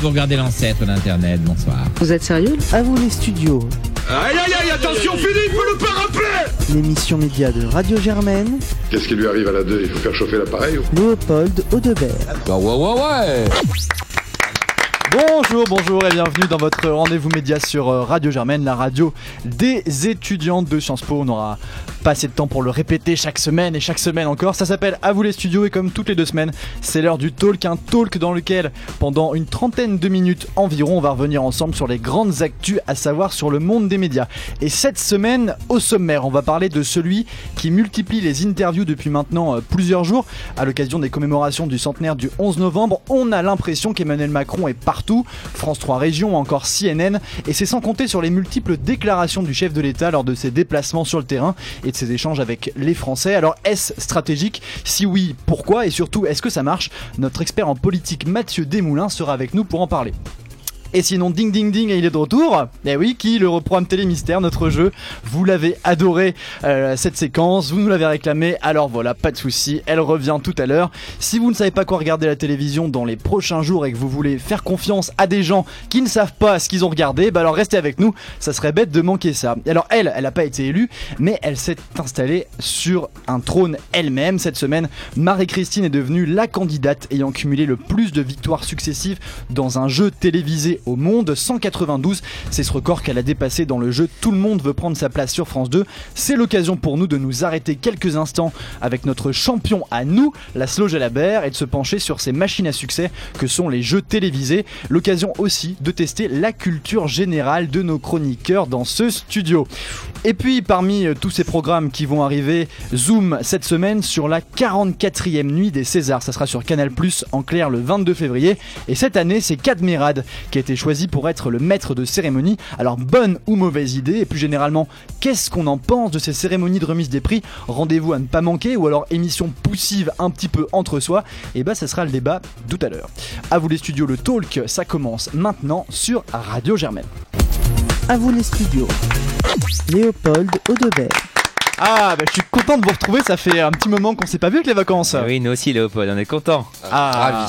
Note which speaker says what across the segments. Speaker 1: vous regardez l'ancêtre d'Internet. Bonsoir.
Speaker 2: Vous êtes sérieux
Speaker 3: À vous les studios,
Speaker 4: Aïe aïe aïe, attention Philippe, le pas rappeler
Speaker 3: l'émission média de Radio Germaine,
Speaker 5: Qu'est-ce qui lui arrive à la 2 Il faut faire chauffer l'appareil ou
Speaker 3: Léopold Audebert.
Speaker 6: Bonjour, bonjour et bienvenue dans votre rendez-vous média sur euh, Radio Germaine, la radio des étudiantes de Sciences Po. On aura pas assez de temps pour le répéter chaque semaine et chaque semaine encore. Ça s'appelle À vous les studios et comme toutes les deux semaines, c'est l'heure du talk, un talk dans lequel pendant une trentaine de minutes environ, on va revenir ensemble sur les grandes actus, à savoir sur le monde des médias. Et cette semaine, au sommaire, on va parler de celui qui multiplie les interviews depuis maintenant euh, plusieurs jours. À l'occasion des commémorations du centenaire du 11 novembre, on a l'impression qu'Emmanuel Macron est partout, France 3 Régions, encore CNN, et c'est sans compter sur les multiples déclarations du chef de l'État lors de ses déplacements sur le terrain et de ses échanges avec les Français. Alors est-ce stratégique Si oui, pourquoi Et surtout, est-ce que ça marche Notre expert en politique Mathieu Desmoulins sera avec nous pour en parler. Et sinon, ding ding ding, et il est de retour. Eh oui, qui le reprogramme Télémystère, notre jeu. Vous l'avez adoré euh, cette séquence, vous nous l'avez réclamé, alors voilà, pas de souci, elle revient tout à l'heure. Si vous ne savez pas quoi regarder à la télévision dans les prochains jours et que vous voulez faire confiance à des gens qui ne savent pas ce qu'ils ont regardé, bah alors restez avec nous, ça serait bête de manquer ça. Et Alors elle, elle n'a pas été élue, mais elle s'est installée sur un trône elle-même cette semaine. Marie-Christine est devenue la candidate ayant cumulé le plus de victoires successives dans un jeu télévisé au monde, 192. C'est ce record qu'elle a dépassé dans le jeu Tout le monde veut prendre sa place sur France 2. C'est l'occasion pour nous de nous arrêter quelques instants avec notre champion à nous, Laszlo Jalabert, et de se pencher sur ces machines à succès que sont les jeux télévisés. L'occasion aussi de tester la culture générale de nos chroniqueurs dans ce studio. Et puis parmi euh, tous ces programmes qui vont arriver, Zoom cette semaine sur la 44e nuit des Césars. Ça sera sur Canal Plus en clair le 22 février. Et cette année, c'est Cadmerad qui a été choisi pour être le maître de cérémonie. Alors bonne ou mauvaise idée Et plus généralement, qu'est-ce qu'on en pense de ces cérémonies de remise des prix Rendez-vous à ne pas manquer ou alors émission poussive un petit peu entre soi Et bah ça sera le débat tout à l'heure. À vous les studios, le talk, ça commence maintenant sur Radio Germaine.
Speaker 3: À vous les studios, Léopold Audebert.
Speaker 6: Ah bah je suis content de vous retrouver, ça fait un petit moment qu'on s'est pas vu avec les vacances.
Speaker 7: Ah Oui, nous aussi, Léopold, on est contents.
Speaker 6: Ah,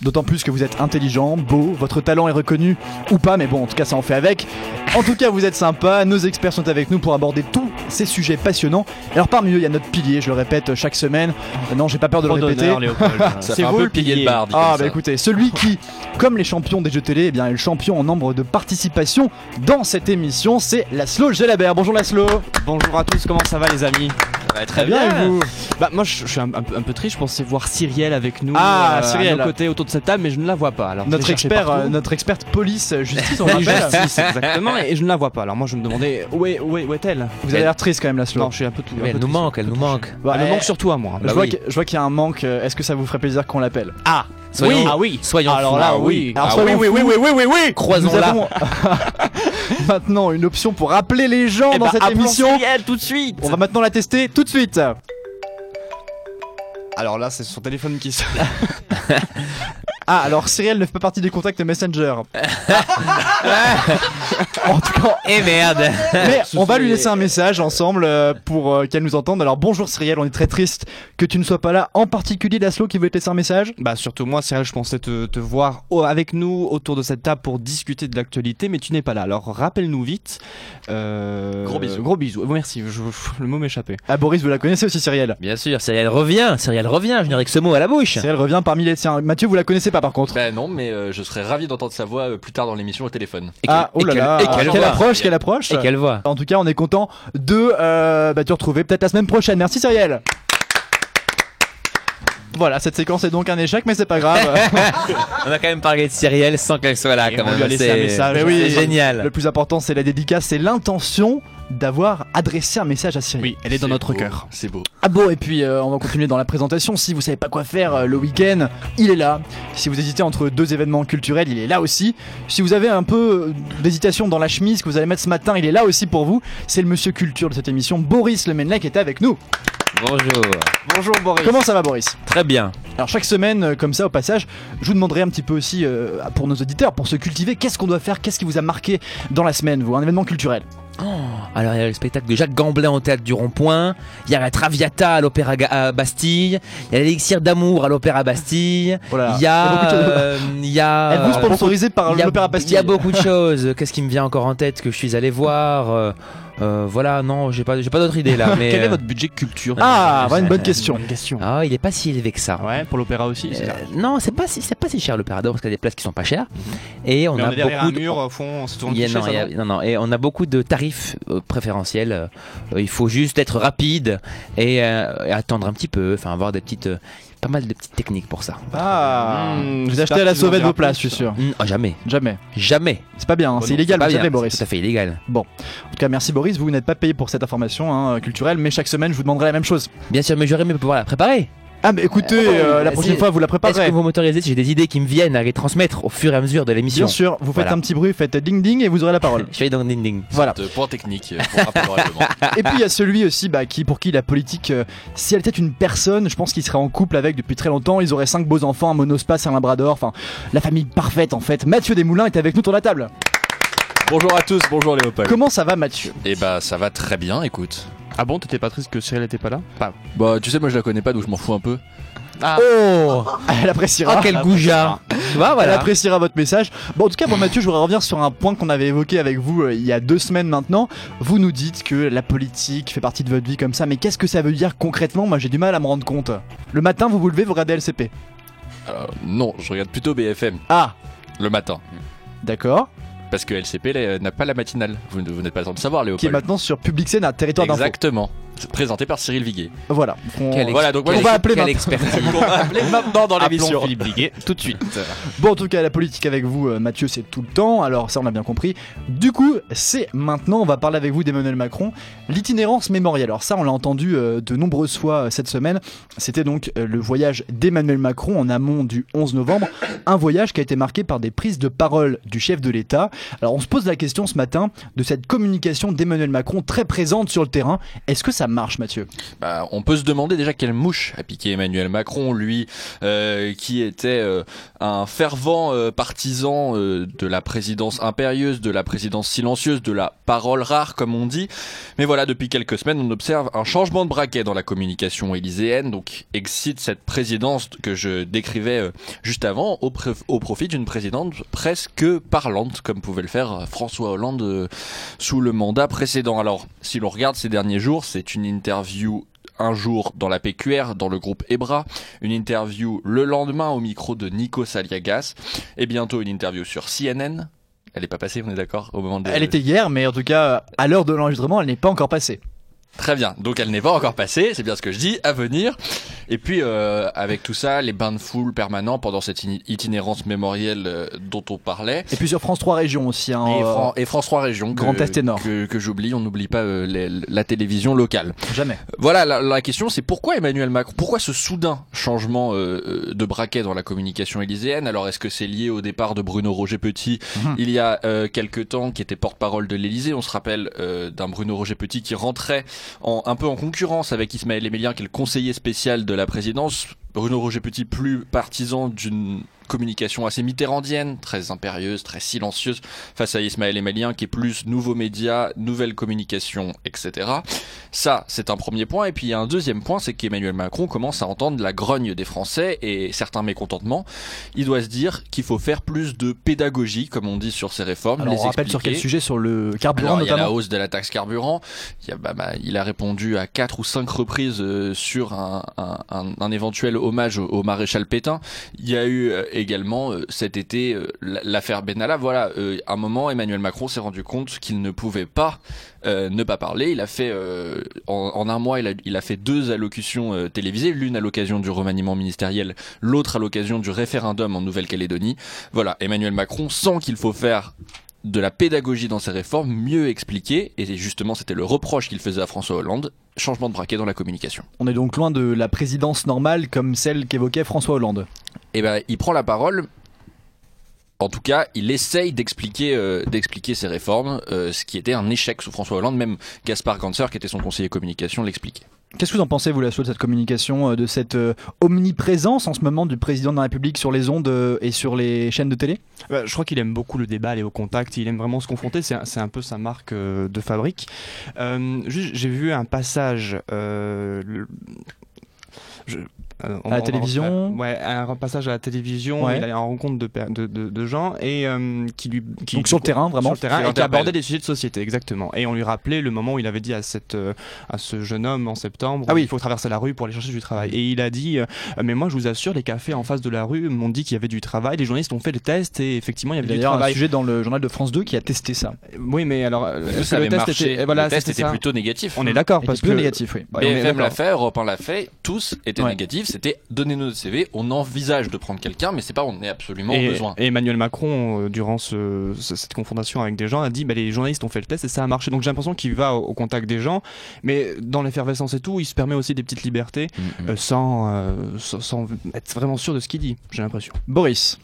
Speaker 6: D'autant plus que vous êtes intelligent, beau, votre talent est reconnu ou pas, mais bon, en tout cas, ça en fait avec. En tout cas, vous êtes sympa, nos experts sont avec nous pour aborder tous ces sujets passionnants. Alors, parmi eux, il y a notre pilier, je le répète chaque semaine. Euh, Non, j'ai pas peur de le répéter.
Speaker 7: Ça fait un peu le pilier de barre. dit
Speaker 6: Ah,
Speaker 7: comme
Speaker 6: bah
Speaker 7: ça.
Speaker 6: écoutez, celui qui, comme les champions des jeux télé, eh bien, est le champion en nombre de participations dans cette émission, c'est Laszlo Gelabert. Bonjour Laszlo.
Speaker 8: Bonjour à tous, comment ça va les amis
Speaker 7: Ouais, très
Speaker 6: et vous
Speaker 8: Bah moi je, je suis un, un peu- un peu triste, je pensais voir Cyrielle avec nous euh,
Speaker 6: Ah, Cyrielle.
Speaker 8: à nos côtés autour de cette table mais je ne la vois pas. Alors, je
Speaker 6: notre,
Speaker 8: l'ai cherchée
Speaker 6: expert,
Speaker 8: partout.
Speaker 6: euh, notre experte police, euh, justice, on
Speaker 8: Oui,
Speaker 6: rappelle.
Speaker 8: justice, exactement et je ne la vois pas. Alors moi je me demandais où est, où est, où est-elle
Speaker 6: Vous avez l'air triste quand même, Laszlo.
Speaker 8: Non, je suis un peu tout. un
Speaker 7: Mais
Speaker 8: peu
Speaker 7: elle nous
Speaker 8: triste.
Speaker 7: manque, elle nous manque.
Speaker 6: Bah,
Speaker 8: Elle me
Speaker 6: eh,
Speaker 8: manque surtout à moi.
Speaker 6: je
Speaker 7: Bah
Speaker 6: vois
Speaker 7: oui.
Speaker 6: que- je vois qu'il y a un manque. euh, Est-ce que ça vous ferait plaisir qu'on l'appelle
Speaker 8: Ah,
Speaker 7: Soyons-
Speaker 8: oui.
Speaker 7: Soyons
Speaker 8: Alors
Speaker 7: fous.
Speaker 8: là,
Speaker 7: Ah
Speaker 8: oui.
Speaker 6: Alors,
Speaker 7: Ah
Speaker 6: soyons fous,
Speaker 8: oui, oui, oui, oui.
Speaker 6: nous
Speaker 7: Croisons-la.
Speaker 6: avons maintenant une option pour rappeler les gens
Speaker 8: Eh
Speaker 6: dans
Speaker 8: bah,
Speaker 6: cette
Speaker 8: appelons
Speaker 6: émission.
Speaker 8: Cyrielle tout de suite.
Speaker 6: On va maintenant la tester tout de suite.
Speaker 8: Alors là, c'est son téléphone qui sonne.
Speaker 6: Ah, alors Cyril ne fait pas partie des contacts Messenger. en tout cas,
Speaker 7: Eh merde
Speaker 6: mais on va lui laisser un message ensemble euh, pour euh, qu'elle nous entende. Alors bonjour Cyril, on est très triste que tu ne sois pas là, en particulier Laszlo qui veut te laisser un message.
Speaker 8: Bah surtout moi, Cyril, je pensais te, te voir au- avec nous autour de cette table pour discuter de l'actualité, mais tu n'es pas là. Alors rappelle-nous vite. Euh,
Speaker 7: Gros bisous.
Speaker 8: Gros bisous. Merci, je- je- le mot m'échappait.
Speaker 6: Ah Boris, vous la connaissez aussi Cyril
Speaker 7: Bien sûr, Cyrielle revient, Cyrielle revient, je n'aurai que ce mot à la bouche.
Speaker 6: Cyril revient parmi les tiens. Mathieu, vous la connaissez pas par contre
Speaker 9: Bah non, mais euh, je serais ravi d'entendre sa voix euh, plus tard dans l'émission au téléphone.
Speaker 7: Et
Speaker 6: Ah,
Speaker 7: quelle-
Speaker 6: oh là
Speaker 7: et quelle-
Speaker 6: là,
Speaker 7: et quelle
Speaker 6: quelle
Speaker 7: voix.
Speaker 6: approche, quelle approche
Speaker 7: Et qu'elle voit.
Speaker 6: En tout cas, on est content de euh, bah, te retrouver peut-être la semaine prochaine. Merci Cyril. Voilà, cette séquence est donc un échec, mais c'est pas grave.
Speaker 7: On a quand même parlé de Cyrielle sans qu'elle soit là,
Speaker 8: Et
Speaker 7: quand
Speaker 8: on lui a
Speaker 7: même.
Speaker 8: laissé
Speaker 7: C'est
Speaker 8: un message.
Speaker 7: c'est
Speaker 6: Mais oui. Le
Speaker 7: génial.
Speaker 6: plus important, c'est la dédicace, c'est l'intention d'avoir adressé un message à Cyril.
Speaker 8: elle est dans notre cœur.
Speaker 9: C'est beau.
Speaker 6: Ah bon, et puis euh, on va continuer dans la présentation. Si vous savez pas quoi faire euh, le week-end, il est là. Si vous hésitez entre deux événements culturels, il est là aussi. Si vous avez un peu euh, d'hésitation dans la chemise que vous allez mettre ce matin, il est là aussi pour vous. C'est le monsieur culture de cette émission, Boris Lemenlec, qui était avec nous.
Speaker 7: Bonjour.
Speaker 6: Bonjour Boris. Comment ça va Boris
Speaker 7: Très bien.
Speaker 6: Alors chaque semaine, euh, comme ça au passage, je vous demanderai un petit peu aussi euh, pour nos auditeurs, pour se cultiver, qu'est-ce qu'on doit faire, qu'est-ce qui vous a marqué dans la semaine, vous, un événement culturel.
Speaker 7: Oh, Alors il y a le spectacle de Jacques Gamblin au théâtre du Rond-Point, il y a la Traviata à l'Opéra Ga- à Bastille, il y a l'élixir d'amour à l'Opéra Bastille,
Speaker 6: Oh là là.
Speaker 7: Ah. il y a,
Speaker 6: beaucoup de choses.
Speaker 7: euh, il y a,
Speaker 6: Elle vous sponsorisée par
Speaker 7: il y a-
Speaker 6: l'Opéra
Speaker 7: Il y
Speaker 6: Bastille.
Speaker 7: a beaucoup de choses. Qu'est-ce qui me vient encore en tête que je suis allé voir euh, euh, Voilà, non, j'ai pas, j'ai pas d'autre idée là. Mais
Speaker 8: Quel est
Speaker 7: euh,
Speaker 8: votre budget culture
Speaker 6: Ah, voilà une bonne question.
Speaker 7: ah, il est pas si élevé que ça.
Speaker 8: Ouais, pour l'opéra aussi, c'est
Speaker 7: Euh,
Speaker 8: ça.
Speaker 7: non, c'est pas si c'est pas si cher l'opéra d'or parce qu'il y a des places qui sont pas chères et on
Speaker 8: Mais
Speaker 7: a
Speaker 8: on est derrière
Speaker 7: beaucoup
Speaker 8: un
Speaker 7: de-
Speaker 8: mur, au fond, on se tourne
Speaker 7: Il y a-
Speaker 8: le
Speaker 7: non,
Speaker 8: cliché,
Speaker 7: il y
Speaker 8: ça,
Speaker 7: a- non, non, et on a beaucoup de tarifs euh, préférentiels. euh, euh, il faut juste être rapide et, euh, et attendre un petit peu. Enfin, avoir des petites, euh, pas mal de petites techniques pour ça.
Speaker 6: Ah,
Speaker 8: Mmh,
Speaker 6: vous
Speaker 8: j'espère
Speaker 6: achetez à la
Speaker 8: qu'ils vont
Speaker 6: sauvette
Speaker 8: dire
Speaker 6: vos places, je
Speaker 8: plus.
Speaker 6: suis sûr.
Speaker 7: Mm, ah, jamais,
Speaker 6: Jamais.
Speaker 7: jamais.
Speaker 6: C'est pas bien, hein, c'est
Speaker 7: non,
Speaker 6: illégal,
Speaker 7: pas
Speaker 6: vous
Speaker 7: bien,
Speaker 6: savez,
Speaker 7: c'est
Speaker 6: Boris.
Speaker 7: Tout à fait illégal.
Speaker 6: En tout cas, merci Boris, vous n'êtes pas payé pour cette information hein, culturelle, mais chaque semaine, je vous demanderai la même chose.
Speaker 7: Bien sûr, mais j'aurais aimé pouvoir la préparer.
Speaker 6: Ah, mais écoutez,
Speaker 7: Euh,
Speaker 6: euh, la prochaine
Speaker 7: est-ce-
Speaker 6: fois, vous la
Speaker 7: Est-ce que
Speaker 6: préparerez.
Speaker 7: vous m'autorisez si j'ai des idées qui me viennent à les transmettre au fur et à mesure de l'émission
Speaker 6: Bien sûr, vous faites
Speaker 7: Voilà.
Speaker 6: un petit bruit, faites ding ding et vous aurez la parole.
Speaker 7: Je vais dans le ding ding.
Speaker 6: voilà.
Speaker 9: De point technique euh, pour rappeler le règlement.
Speaker 6: Et puis il y a celui aussi bah, qui, pour qui la politique, euh, si elle était une personne, je pense qu'il serait en couple avec depuis très longtemps. Ils auraient cinq beaux enfants, un monospace, un labrador, enfin la famille parfaite en fait. Mathieu Desmoulins est avec nous autour de la table.
Speaker 9: bonjour à tous, bonjour Léopold.
Speaker 6: Comment ça va Mathieu
Speaker 9: Et bah ça va très bien, écoute.
Speaker 8: Ah bon, t'étais pas triste que Cyril était pas là
Speaker 9: Bah tu sais, moi je la connais pas, donc je m'en fous un peu.
Speaker 6: Ah.
Speaker 7: Oh,
Speaker 6: Elle
Speaker 7: oh
Speaker 6: appréciera.
Speaker 7: quel goujat Tu vois,
Speaker 6: Elle
Speaker 7: voilà.
Speaker 6: appréciera votre message. Bon, en tout cas, bon, Mathieu, je voudrais revenir sur un point qu'on avait évoqué avec vous euh, il y a deux semaines maintenant. Vous nous dites que la politique fait partie de votre vie comme ça, mais qu'est-ce que ça veut dire concrètement Moi, j'ai du mal à me rendre compte. Le matin, vous vous levez, vous regardez LCP.
Speaker 9: Alors, Euh, non, je regarde plutôt BFM
Speaker 6: Ah,
Speaker 9: le matin.
Speaker 6: d'accord.
Speaker 9: Parce que LCP là, euh, n'a pas la matinale. Vous, ne- vous n'êtes pas le temps de savoir,
Speaker 6: Qui est
Speaker 9: Léopold.
Speaker 6: maintenant sur Public Sénat, territoire d'info.
Speaker 9: Exactement. C'est Présenté par Cyril Viguier.
Speaker 6: Voilà. On-
Speaker 7: Quel ex-
Speaker 9: Voilà, donc moi,
Speaker 7: quel
Speaker 6: on va
Speaker 7: ex-
Speaker 6: appeler
Speaker 7: quelle
Speaker 6: maintenant.
Speaker 7: expertise.
Speaker 9: On va appeler maintenant dans l'émission.
Speaker 8: Philippe Diguet, tout de suite.
Speaker 6: Bon, en tout cas, la politique avec vous, euh, Mathieu, c'est tout le temps. Alors, ça, on a bien compris. Du coup, c'est maintenant. On va parler avec vous d'Emmanuel Macron. L'itinérance mémorielle. Alors, ça, on l'a entendu euh, de nombreuses fois euh, cette semaine. C'était donc euh, le voyage d'Emmanuel Macron en amont du 11 novembre. Un voyage qui a été marqué par des prises de parole du chef de l'État. Alors, on se pose la question ce matin de cette communication d'Emmanuel Macron très présente sur le terrain. Est-ce que ça marche, Mathieu
Speaker 9: Bah, on peut se demander déjà quelle mouche a piqué Emmanuel Macron, lui, euh, qui était euh, un fervent euh, partisan euh, de la présidence impérieuse, de la présidence silencieuse, de la parole rare, comme on dit. Mais voilà, depuis quelques semaines, on observe un changement de braquet dans la communication élyséenne, donc excite cette présidence que je décrivais euh, juste avant, au, pré- au profit d'une présidente presque parlante, comme pouvait le faire euh, François Hollande euh, sous le mandat précédent. Alors, si l'on regarde ces derniers jours, c'est une interview un jour dans la PQR, dans le groupe Ebra, une interview le lendemain au micro de Nico Saliagas, et bientôt une interview sur CNN. Elle est pas passée, on est d'accord, au moment de...
Speaker 6: Euh, Elle était hier, mais en tout cas, euh, à l'heure de l'enregistrement, elle n'est pas encore passée.
Speaker 9: Très bien, donc elle n'est pas encore passée, c'est bien ce que je dis, à venir. Et puis euh, avec tout ça, les bains de foule permanents pendant cette ini- itinérance mémorielle euh, dont on parlait.
Speaker 6: Et puis sur France 3 Régions aussi. hein,
Speaker 9: Et,
Speaker 6: euh,
Speaker 9: Fran- et France 3 Régions, que-
Speaker 6: Grand Est et Nord.
Speaker 9: que, que j'oublie, on n'oublie pas euh, les- la télévision locale.
Speaker 6: Jamais.
Speaker 9: Voilà, la, la question c'est pourquoi Emmanuel Macron, pourquoi ce soudain changement euh, euh, de braquet dans la communication élyséenne Alors est-ce que c'est lié au départ de Bruno Roger Petit
Speaker 6: Mhm.
Speaker 9: il y a euh, quelques temps qui était porte-parole de l'Élysée On se rappelle euh, d'un Bruno Roger Petit qui rentrait en, un peu en concurrence avec Ismaël Émilien qui est le conseiller spécial de la présidence. Bruno Roger Petit plus partisan d'une communication assez mitterrandienne, très impérieuse, très silencieuse, face à Ismaël Émilien qui est plus nouveaux médias, nouvelle communication, etc. Ça, c'est un premier point. Et puis il y a un deuxième point, c'est qu'Emmanuel Macron commence à entendre la grogne des Français et certains mécontentements. Il doit se dire qu'il faut faire plus de pédagogie, comme on dit sur ces réformes.
Speaker 6: Alors,
Speaker 9: les
Speaker 6: on rappelle sur quel
Speaker 9: expliquer.
Speaker 6: sujet Sur le carburant
Speaker 9: Alors, il y a la
Speaker 6: notamment
Speaker 9: hausse de la taxe carburant. Il, y a, bah, bah, il a répondu à quatre ou cinq reprises euh, sur un, un- un- un éventuel hommage au, au maréchal Pétain. Il y a eu euh, également euh, cet été euh, l- l'affaire Benalla. Voilà, euh, à un moment, Emmanuel Macron s'est rendu compte qu'il ne pouvait pas euh, ne pas parler. Il a fait euh, en, en un mois, il a, il a fait deux allocutions euh, télévisées, l'une à l'occasion du remaniement ministériel, l'autre à l'occasion du référendum en Nouvelle-Calédonie. Voilà, Emmanuel Macron sent qu'il faut faire de la pédagogie dans ses réformes, mieux expliquer, et justement c'était le reproche qu'il faisait à François Hollande, changement de braquet dans la communication.
Speaker 6: On est donc loin de la présidence normale comme celle qu'évoquait François Hollande.
Speaker 9: Et ben il prend la parole, en tout cas il essaye d'expliquer euh, d'expliquer ses réformes, euh, ce qui était un échec sous François Hollande, même Gaspard Ganser qui était son conseiller communication l'expliquait.
Speaker 6: Qu'est-ce que vous en pensez, vous, la de cette communication, euh, de cette euh, omniprésence en ce moment du président de la République sur les ondes euh, et sur les chaînes de télé
Speaker 8: Bah, je crois qu'il aime beaucoup le débat, aller au contact, il aime vraiment se confronter, c'est un, c'est un peu sa marque euh, de fabrique. Euh, juste, j'ai vu un passage. euh, le- je- euh, on-
Speaker 6: À la
Speaker 8: on-
Speaker 6: télévision
Speaker 8: Ouais, un passage à la télévision,
Speaker 6: Ouais.
Speaker 8: il allait en rencontre de, per- de, de- de gens et euh, qui lui. Qui,
Speaker 6: Donc sur le terrain,
Speaker 8: sur
Speaker 6: vraiment.
Speaker 8: le terrain
Speaker 9: Qui
Speaker 8: et qui
Speaker 9: l'interpelle.
Speaker 8: abordait des sujets de société, exactement. Et on lui rappelait le moment où il avait dit à, cette, euh, à ce jeune homme en septembre
Speaker 6: Ah oui.
Speaker 8: il faut traverser la rue pour aller chercher du travail. Et il a dit euh, Mais moi, je vous assure, les cafés en face de la rue m'ont dit qu'il y avait du travail. Les journalistes ont fait le test et effectivement, il y
Speaker 6: Il y
Speaker 8: avait
Speaker 6: a
Speaker 8: du
Speaker 6: d'ailleurs un
Speaker 8: travail.
Speaker 6: sujet dans le journal de France 2 qui a testé ça.
Speaker 8: Oui, mais alors. euh,
Speaker 9: Parce que
Speaker 8: est-ce que
Speaker 9: ça avait
Speaker 8: le test
Speaker 9: marché.
Speaker 8: était. et voilà,
Speaker 9: le test
Speaker 8: c'était
Speaker 9: était
Speaker 8: ça.
Speaker 9: plutôt négatif. Mmh.
Speaker 8: On est d'accord parce
Speaker 6: Parce
Speaker 8: que.
Speaker 6: négatif, oui.
Speaker 8: Ouais, on est
Speaker 9: BFM l'a
Speaker 8: d'accord.
Speaker 9: fait, Europe 1 l'a fait, tous étaient
Speaker 6: Ouais.
Speaker 9: négatifs. C'était donnez-nous notre CV, on envisage de prendre quelqu'un, mais c'est pas on est absolument
Speaker 8: Et,
Speaker 9: besoin.
Speaker 8: et Emmanuel Macron, euh, durant ce- ce- cette confrontation avec des gens, a dit bah, les journalistes ont fait le test et ça a marché. Donc j'ai l'impression qu'il va au, au contact des gens, mais dans l'effervescence et tout, il se permet aussi des petites libertés euh, sans, euh, sans, sans être vraiment sûr de ce qu'il dit, j'ai l'impression.
Speaker 6: Boris.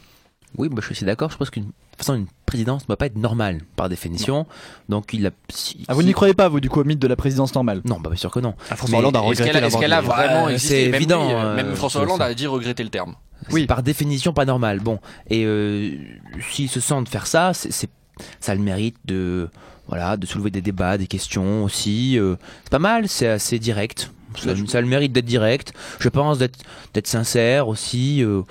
Speaker 7: Oui, bah, je suis d'accord. Je pense qu'une de toute façon, une présidence ne doit pas être normale par définition. Donc il a. si-
Speaker 6: Ah, vous
Speaker 7: si-
Speaker 6: n'y croyez pas, vous, du coup, au mythe de la présidence normale
Speaker 7: Non, bah bien sûr que non.
Speaker 8: François
Speaker 7: Mais
Speaker 8: Hollande a
Speaker 9: Est-ce qu'elle
Speaker 8: regretté
Speaker 9: a, est-ce
Speaker 8: l'avoir
Speaker 9: qu'elle a
Speaker 8: dit.
Speaker 9: vraiment
Speaker 7: Ouais,
Speaker 9: existé
Speaker 7: c'est
Speaker 9: Même lui,
Speaker 7: évident,
Speaker 9: euh,
Speaker 7: euh,
Speaker 9: même François
Speaker 7: c'est
Speaker 9: Hollande
Speaker 7: ça.
Speaker 9: a dit regretter le terme.
Speaker 6: Oui.
Speaker 7: C'est par définition pas normal. Bon, et euh, s'il se sent de faire ça, c'est, c'est- ça a le mérite de voilà de soulever des débats, des questions aussi. euh, c'est pas mal, c'est assez direct. Ça, ça a le mérite d'être direct. Je pense d'être d'être sincère aussi. euh,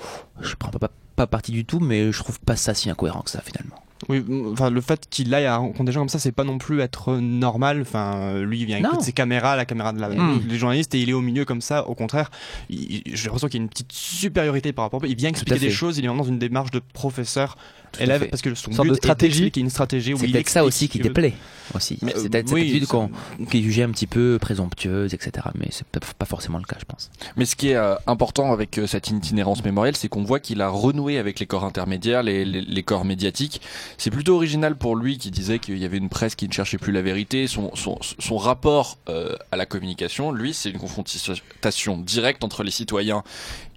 Speaker 7: je prends pas, pas, pas parti du tout, mais je trouve pas ça si incohérent que ça finalement.
Speaker 8: Oui, mm, enfin, le fait qu'il aille à rencontrer des gens comme ça, c'est pas non plus être euh, normal. Enfin, euh, lui, il vient avec
Speaker 7: Non.
Speaker 8: toutes ses caméras, la caméra de la,
Speaker 7: Mm.
Speaker 8: les journalistes, et il est au milieu comme ça. Au contraire, il- il- j'ai l'impression qu'il y a une petite supériorité par rapport. à Il vient expliquer des
Speaker 7: fait.
Speaker 8: choses. Il est vraiment dans une démarche de professeur,
Speaker 7: à
Speaker 8: élève,
Speaker 7: fait.
Speaker 8: parce que son
Speaker 6: Sorte
Speaker 8: but
Speaker 6: de
Speaker 8: est
Speaker 6: stratégie.
Speaker 8: d'expliquer une stratégie. où
Speaker 7: C'est
Speaker 8: il
Speaker 7: peut-être ça
Speaker 8: explique
Speaker 7: aussi qui
Speaker 8: ce qu'il veut.
Speaker 7: déplaît aussi.
Speaker 8: Mais,
Speaker 7: c'est
Speaker 8: euh,
Speaker 7: peut-être cette
Speaker 8: oui,
Speaker 7: attitude
Speaker 8: ça-
Speaker 7: qu'on- qui est jugée un petit peu présomptueuse, etc. Mais c'est pas pas forcément le cas, je pense.
Speaker 9: Mais ce qui est euh, important avec euh, cette itinérance mémorielle, c'est qu'on voit qu'il a renoué avec les corps intermédiaires, les, les- les corps médiatiques. C'est plutôt original pour lui qui disait qu'il y avait une presse qui ne cherchait plus la vérité. Son, son, son rapport euh, à la communication, lui, c'est une confrontation directe entre les citoyens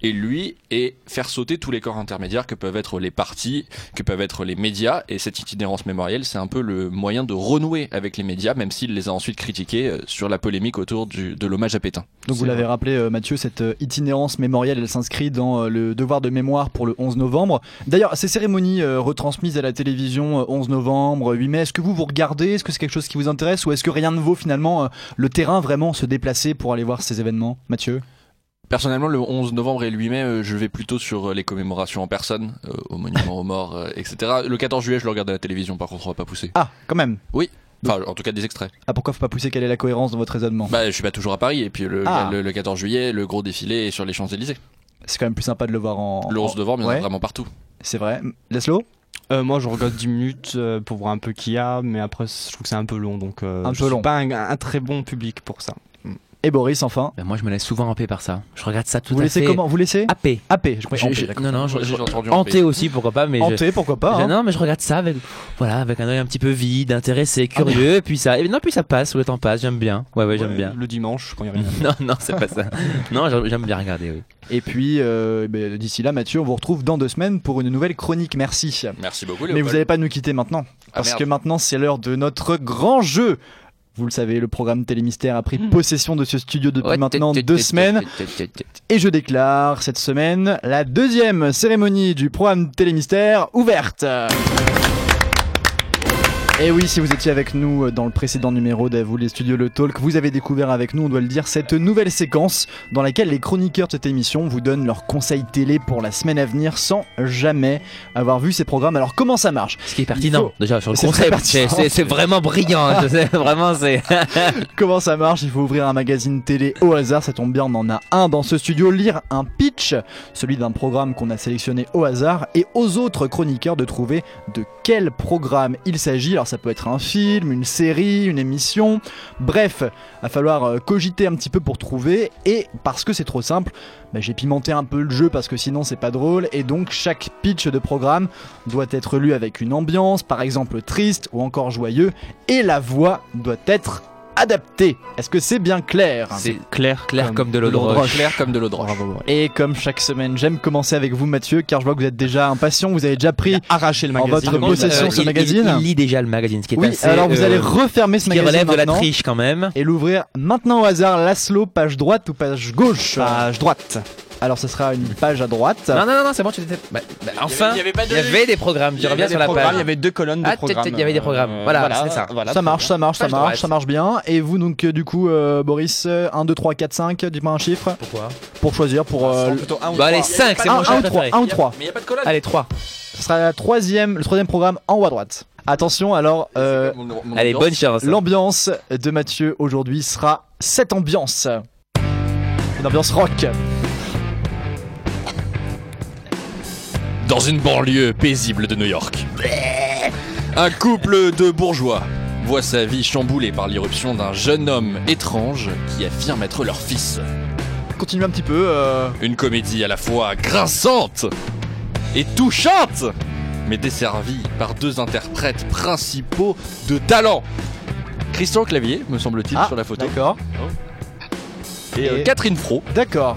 Speaker 9: et lui, et faire sauter tous les corps intermédiaires que peuvent être les partis, que peuvent être les médias. Et cette itinérance mémorielle, c'est un peu le moyen de renouer avec les médias, même s'il les a ensuite critiqués euh, sur la polémique autour du, de l'hommage à Pétain.
Speaker 6: Donc vous
Speaker 8: C'est
Speaker 6: l'avez
Speaker 8: vrai.
Speaker 6: rappelé euh, Mathieu, cette euh, itinérance mémorielle, elle s'inscrit dans euh, le devoir de mémoire pour le 11 novembre. D'ailleurs, ces cérémonies euh, retransmises à la télévision euh, 11 novembre, 8 mai, est-ce que vous vous regardez Est-ce que c'est quelque chose qui vous intéresse Ou est-ce que rien ne vaut finalement euh, le terrain vraiment se déplacer pour aller voir ces événements Mathieu
Speaker 9: Personnellement, le 11 novembre et le 8 mai, euh, je vais plutôt sur euh, les commémorations en personne, euh, au monument aux morts, euh, etc. Le 14 juillet, je le regarde à la télévision, par contre, on va pas pousser.
Speaker 6: Ah, quand même
Speaker 9: Enfin, en tout cas, des extraits.
Speaker 6: Ah pourquoi faut pas pousser Quelle est la cohérence dans votre raisonnement
Speaker 9: Bah, je suis pas toujours à Paris, et puis le,
Speaker 6: Ah.
Speaker 9: le, le 14 juillet, le gros défilé est sur les Champs-Élysées.
Speaker 6: C'est quand même plus sympa de le voir en...
Speaker 9: Le 11
Speaker 6: en-
Speaker 9: novembre, il y en
Speaker 6: ouais.
Speaker 9: a vraiment partout.
Speaker 6: C'est vrai. Laszlo
Speaker 8: Euh, moi, je regarde 10 minutes euh, pour voir un peu qui a, mais après, je trouve que c'est un peu long. Donc, euh,
Speaker 6: Un
Speaker 8: je
Speaker 6: peu
Speaker 8: suis
Speaker 6: long.
Speaker 8: Pas un, un très bon public pour ça.
Speaker 6: Et Boris enfin
Speaker 7: Ben, moi, je me laisse souvent happer par ça. Je regarde ça tout
Speaker 6: Vous
Speaker 7: à
Speaker 6: laissez
Speaker 7: fait Ah.
Speaker 6: comment Vous laissez
Speaker 7: happé.
Speaker 6: AP, je crois.
Speaker 7: Je-
Speaker 6: Hanté,
Speaker 7: je-
Speaker 6: d'accord.
Speaker 7: non, non, je,
Speaker 9: Moi,
Speaker 7: je-
Speaker 9: j'ai entendu en
Speaker 7: hanté Ah, aussi, pourquoi pas, mais je-
Speaker 6: Hanté, pourquoi pas
Speaker 7: je-
Speaker 6: hein.
Speaker 7: non, mais je regarde ça avec, voilà, avec un œil un petit peu vide, intéressé, curieux, et puis ça, et non, puis ça passe, le temps passe, j'aime bien, Ah ouais, ouais, j'aime bien.
Speaker 8: Le dimanche, quand il y a rien.
Speaker 7: Non, non, c'est pas ça. Non, j'aime- j'aime bien regarder, oui.
Speaker 6: Et puis euh, ben, d'ici là, Mathieu, on vous retrouve dans deux semaines pour une nouvelle chronique. Merci.
Speaker 9: Merci beaucoup,
Speaker 6: Mais
Speaker 9: Léopold.
Speaker 6: vous n'allez pas nous quitter maintenant,
Speaker 9: Ah,
Speaker 6: parce
Speaker 9: merde.
Speaker 6: que maintenant c'est l'heure de notre grand jeu. Vous le savez, le programme Télémystère a
Speaker 9: Hmm.
Speaker 6: pris possession de ce studio depuis
Speaker 7: Ouais,
Speaker 6: maintenant
Speaker 7: tut, tut,
Speaker 6: deux
Speaker 7: tut,
Speaker 6: semaines,
Speaker 7: tut, tut, tut, tut.
Speaker 6: et je déclare cette semaine la deuxième cérémonie du programme Télémystère ouverte. Et oui, si vous étiez avec nous dans le précédent numéro d'Avoue les studios Le Talk, vous avez découvert avec nous, on doit le dire, cette nouvelle séquence dans laquelle les chroniqueurs de cette émission vous donnent leurs conseils télé pour la semaine à venir sans jamais avoir vu ces programmes. Alors comment ça marche
Speaker 7: Ce qui est pertinent,
Speaker 6: faut-
Speaker 7: déjà, sur le
Speaker 6: C'est très
Speaker 7: concept,
Speaker 6: pertinent. Ah,
Speaker 7: c'est- c'est c'est vraiment brillant, hein, je sais, vraiment, c'est.
Speaker 6: Comment ça marche Il faut ouvrir un magazine télé au hasard, ça tombe bien, on en a un dans ce studio, lire un pitch, celui d'un programme qu'on a sélectionné au hasard, et aux autres chroniqueurs de trouver de quel programme il s'agit. Alors ça peut être un film, une série, une émission, bref, va falloir euh, cogiter un petit peu pour trouver, et parce que c'est trop simple, bah, j'ai pimenté un peu le jeu parce que sinon c'est pas drôle, et donc chaque pitch de programme doit être lu avec une ambiance, par exemple triste ou encore joyeux, et la voix doit être adaptée. Est-ce que c'est bien clair
Speaker 7: C'est clair, clair comme, de l'eau de
Speaker 6: l'eau de
Speaker 7: roche.
Speaker 9: Clair comme de l'eau de roche.
Speaker 6: Et comme chaque semaine, j'aime commencer avec vous, Mathieu, car je vois que vous êtes déjà impatient, vous avez déjà pris
Speaker 8: Arracher le
Speaker 6: en
Speaker 8: magazine.
Speaker 6: votre
Speaker 7: Par contre,
Speaker 6: possession
Speaker 7: euh,
Speaker 6: ce
Speaker 7: il-
Speaker 6: magazine.
Speaker 7: Il, il lit déjà le magazine, ce qui est
Speaker 6: oui,
Speaker 7: assez,
Speaker 6: alors vous
Speaker 7: euh,
Speaker 6: allez refermer ce
Speaker 7: qui
Speaker 6: magazine
Speaker 7: relève de la
Speaker 6: maintenant
Speaker 7: triche quand même.
Speaker 6: et l'ouvrir maintenant au hasard. Laszlo, page droite ou page gauche
Speaker 8: Page droite.
Speaker 6: Alors ce sera une page à droite.
Speaker 7: Non, non, non, non, c'est bon, tu l'étais. Bah, bah, enfin, il y avait, des programmes. Tu reviens sur la page.
Speaker 8: Il y avait deux colonnes de
Speaker 7: Ah, peut-être,
Speaker 8: programmes.
Speaker 7: il y avait des programmes. Voilà, c'est ça.
Speaker 6: ça marche, ça marche, ça
Speaker 7: Page
Speaker 6: marche,
Speaker 7: droite.
Speaker 6: ça marche bien. Et vous donc euh, du coup, euh, Boris, euh, 1, 2, 3, 4, 5, dites-moi un chiffre
Speaker 7: Pourquoi
Speaker 6: pour choisir pour...
Speaker 9: Ah,
Speaker 6: euh, le-
Speaker 8: plutôt un
Speaker 7: Bah, allez, 5, c'est
Speaker 6: 1,
Speaker 7: mon choix
Speaker 6: ou 3,
Speaker 7: préféré.
Speaker 6: 1 ou 3.
Speaker 9: Mais il a pas de collage.
Speaker 7: Allez, 3.
Speaker 6: Ce sera la troisième, le troisième programme en haut à droite. Attention, alors euh,
Speaker 9: Mon- mon- mon
Speaker 7: Allez,
Speaker 9: ambiance.
Speaker 7: bonne chance.
Speaker 6: l'ambiance de Mathieu aujourd'hui sera cette ambiance. Une ambiance rock.
Speaker 9: Dans une banlieue paisible de New York. Un couple de bourgeois voit sa vie chamboulée par l'irruption d'un jeune homme étrange qui affirme être leur fils.
Speaker 6: Continue un petit peu. euh,
Speaker 9: Une comédie à la fois grinçante et touchante, mais desservie par deux interprètes principaux de talent. Christian Clavier, me semble-t-il,
Speaker 6: Ah,
Speaker 9: sur la photo,
Speaker 6: D'accord.
Speaker 8: Oh.
Speaker 9: et euh, Catherine Fro.
Speaker 6: D'accord.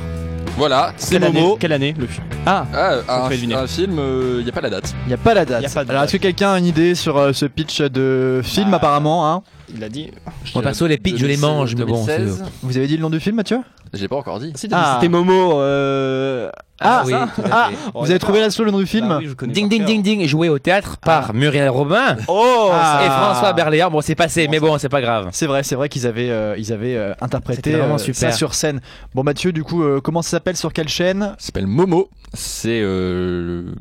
Speaker 9: Voilà, c'est
Speaker 8: Quelle
Speaker 9: Momo.
Speaker 8: année, quelle année le film Ah
Speaker 9: Ah, un,
Speaker 8: fait deviner.
Speaker 9: un film, euh, il n'y a pas la date.
Speaker 6: Il n'y a pas la
Speaker 8: Y a
Speaker 6: date.
Speaker 8: pas de
Speaker 6: Alors,
Speaker 8: date.
Speaker 6: est-ce que quelqu'un a une idée sur euh, ce pitch de film,
Speaker 8: Bah,
Speaker 6: apparemment hein
Speaker 8: Il a dit.
Speaker 7: Moi, perso, les pics, je les
Speaker 9: 2016,
Speaker 7: mange, mais bon, c'est-
Speaker 9: 2016.
Speaker 6: Vous avez dit le nom du film, Mathieu
Speaker 9: J'ai pas encore dit.
Speaker 6: Ah.
Speaker 8: C'était Momo. euh,
Speaker 7: Ah,
Speaker 6: Ah,
Speaker 7: oui, tout à
Speaker 6: Ah,
Speaker 7: fait.
Speaker 8: Oh,
Speaker 6: vous avez trouvé la slow le nom du film
Speaker 8: bah oui, je connais
Speaker 7: Ding,
Speaker 8: par
Speaker 7: ding,
Speaker 8: cœur.
Speaker 7: ding, ding, joué au théâtre par Muriel Robin
Speaker 8: Oh
Speaker 6: Ah.
Speaker 7: et François Berléand. Bon, c'est passé, mais bon, c'est pas grave.
Speaker 6: C'est vrai, c'est vrai qu'ils avaient, euh, ils avaient euh, interprété
Speaker 7: C'était vraiment
Speaker 6: euh, ça
Speaker 7: super.
Speaker 6: sur scène. Bon, Mathieu, du coup, euh, comment ça s'appelle Sur quelle chaîne
Speaker 9: Ça s'appelle Momo. C'est. Euh...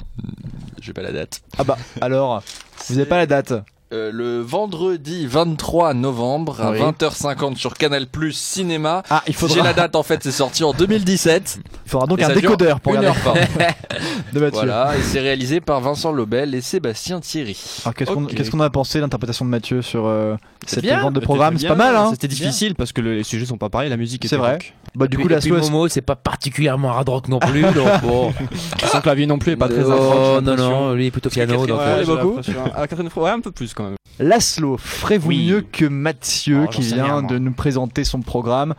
Speaker 9: J'ai pas la date.
Speaker 6: Ah bah, alors, vous n'avez pas la date.
Speaker 9: Euh, le vendredi 23 novembre à
Speaker 6: Oui.
Speaker 9: 20h50 sur Canal Plus Cinéma.
Speaker 6: Ah, il
Speaker 9: J'ai
Speaker 6: faudra,
Speaker 9: la date en fait, c'est sorti en 2017.
Speaker 6: il faudra donc
Speaker 9: Et
Speaker 6: un
Speaker 9: ça dure
Speaker 6: décodeur pour
Speaker 9: une
Speaker 6: regarder
Speaker 9: heure vingt.
Speaker 6: de Mathieu.
Speaker 9: voilà, et c'est réalisé par Vincent Lobel et Sébastien Thierry.
Speaker 6: Alors, qu'est-ce qu'on
Speaker 8: Ok.
Speaker 6: qu'est-ce qu'on a pensé de l'interprétation de Mathieu sur euh, cette
Speaker 7: bien,
Speaker 6: vente de
Speaker 8: C'était
Speaker 6: programme C'est
Speaker 8: bien,
Speaker 6: pas mal, hein
Speaker 8: C'était difficile parce que le- les sujets sont pas pareils, la musique
Speaker 6: C'est
Speaker 8: était
Speaker 6: vrai.
Speaker 8: rock.
Speaker 6: Bah, du
Speaker 7: Et
Speaker 6: coup,
Speaker 7: puis-
Speaker 6: la
Speaker 7: et puis
Speaker 6: slow,
Speaker 7: Momo, c'est pas particulièrement hard rock non plus, donc bon.
Speaker 8: Son clavier non plus est pas très
Speaker 7: Oh, non, non, lui, plutôt piano. Donc,
Speaker 6: ouais,
Speaker 7: euh,
Speaker 6: j'ai beaucoup.
Speaker 8: Ah, Catherine Fro- ouais, un peu plus quand même.
Speaker 6: Laszlo, ferez-vous
Speaker 7: Oui.
Speaker 6: mieux que Mathieu
Speaker 8: Oh, j'en
Speaker 6: qui
Speaker 8: sais
Speaker 6: vient
Speaker 8: rien, moi.
Speaker 6: de nous présenter son programme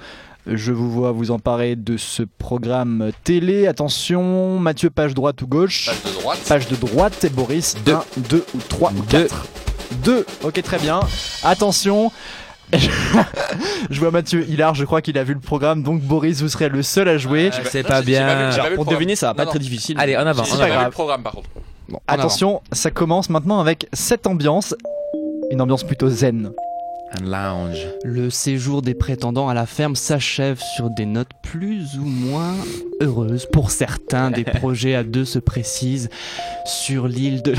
Speaker 6: Je vous vois vous emparer de ce programme télé. Attention, Mathieu, page droite ou gauche
Speaker 9: Page de droite.
Speaker 6: Page de droite et Boris, 1, 2 ou 3 ou 4 2, ok très bien. Attention Je vois Mathieu Hilar, je crois qu'il a vu le programme, donc Boris, vous serez le seul à
Speaker 8: Euh,
Speaker 6: jouer.
Speaker 9: J'ai pas-
Speaker 7: Ah, c'est
Speaker 9: non,
Speaker 7: pas
Speaker 9: j'ai- j'ai
Speaker 7: bien.
Speaker 9: pas vu- j'ai pas vu le
Speaker 8: Pour
Speaker 9: programme.
Speaker 8: deviner, ça va pas
Speaker 9: Non,
Speaker 8: être très difficile.
Speaker 7: Allez, en avant, hein,
Speaker 9: Si,
Speaker 7: en
Speaker 9: J'ai pas
Speaker 7: avant.
Speaker 9: vu le programme par contre.
Speaker 8: Bon, en avant.
Speaker 6: Attention, ça commence maintenant avec cette ambiance. Une ambiance plutôt zen.
Speaker 7: Un lounge.
Speaker 8: Le séjour des prétendants à la ferme s'achève sur des notes plus ou moins heureuses. Pour certains, des projets à deux se précisent sur l'île de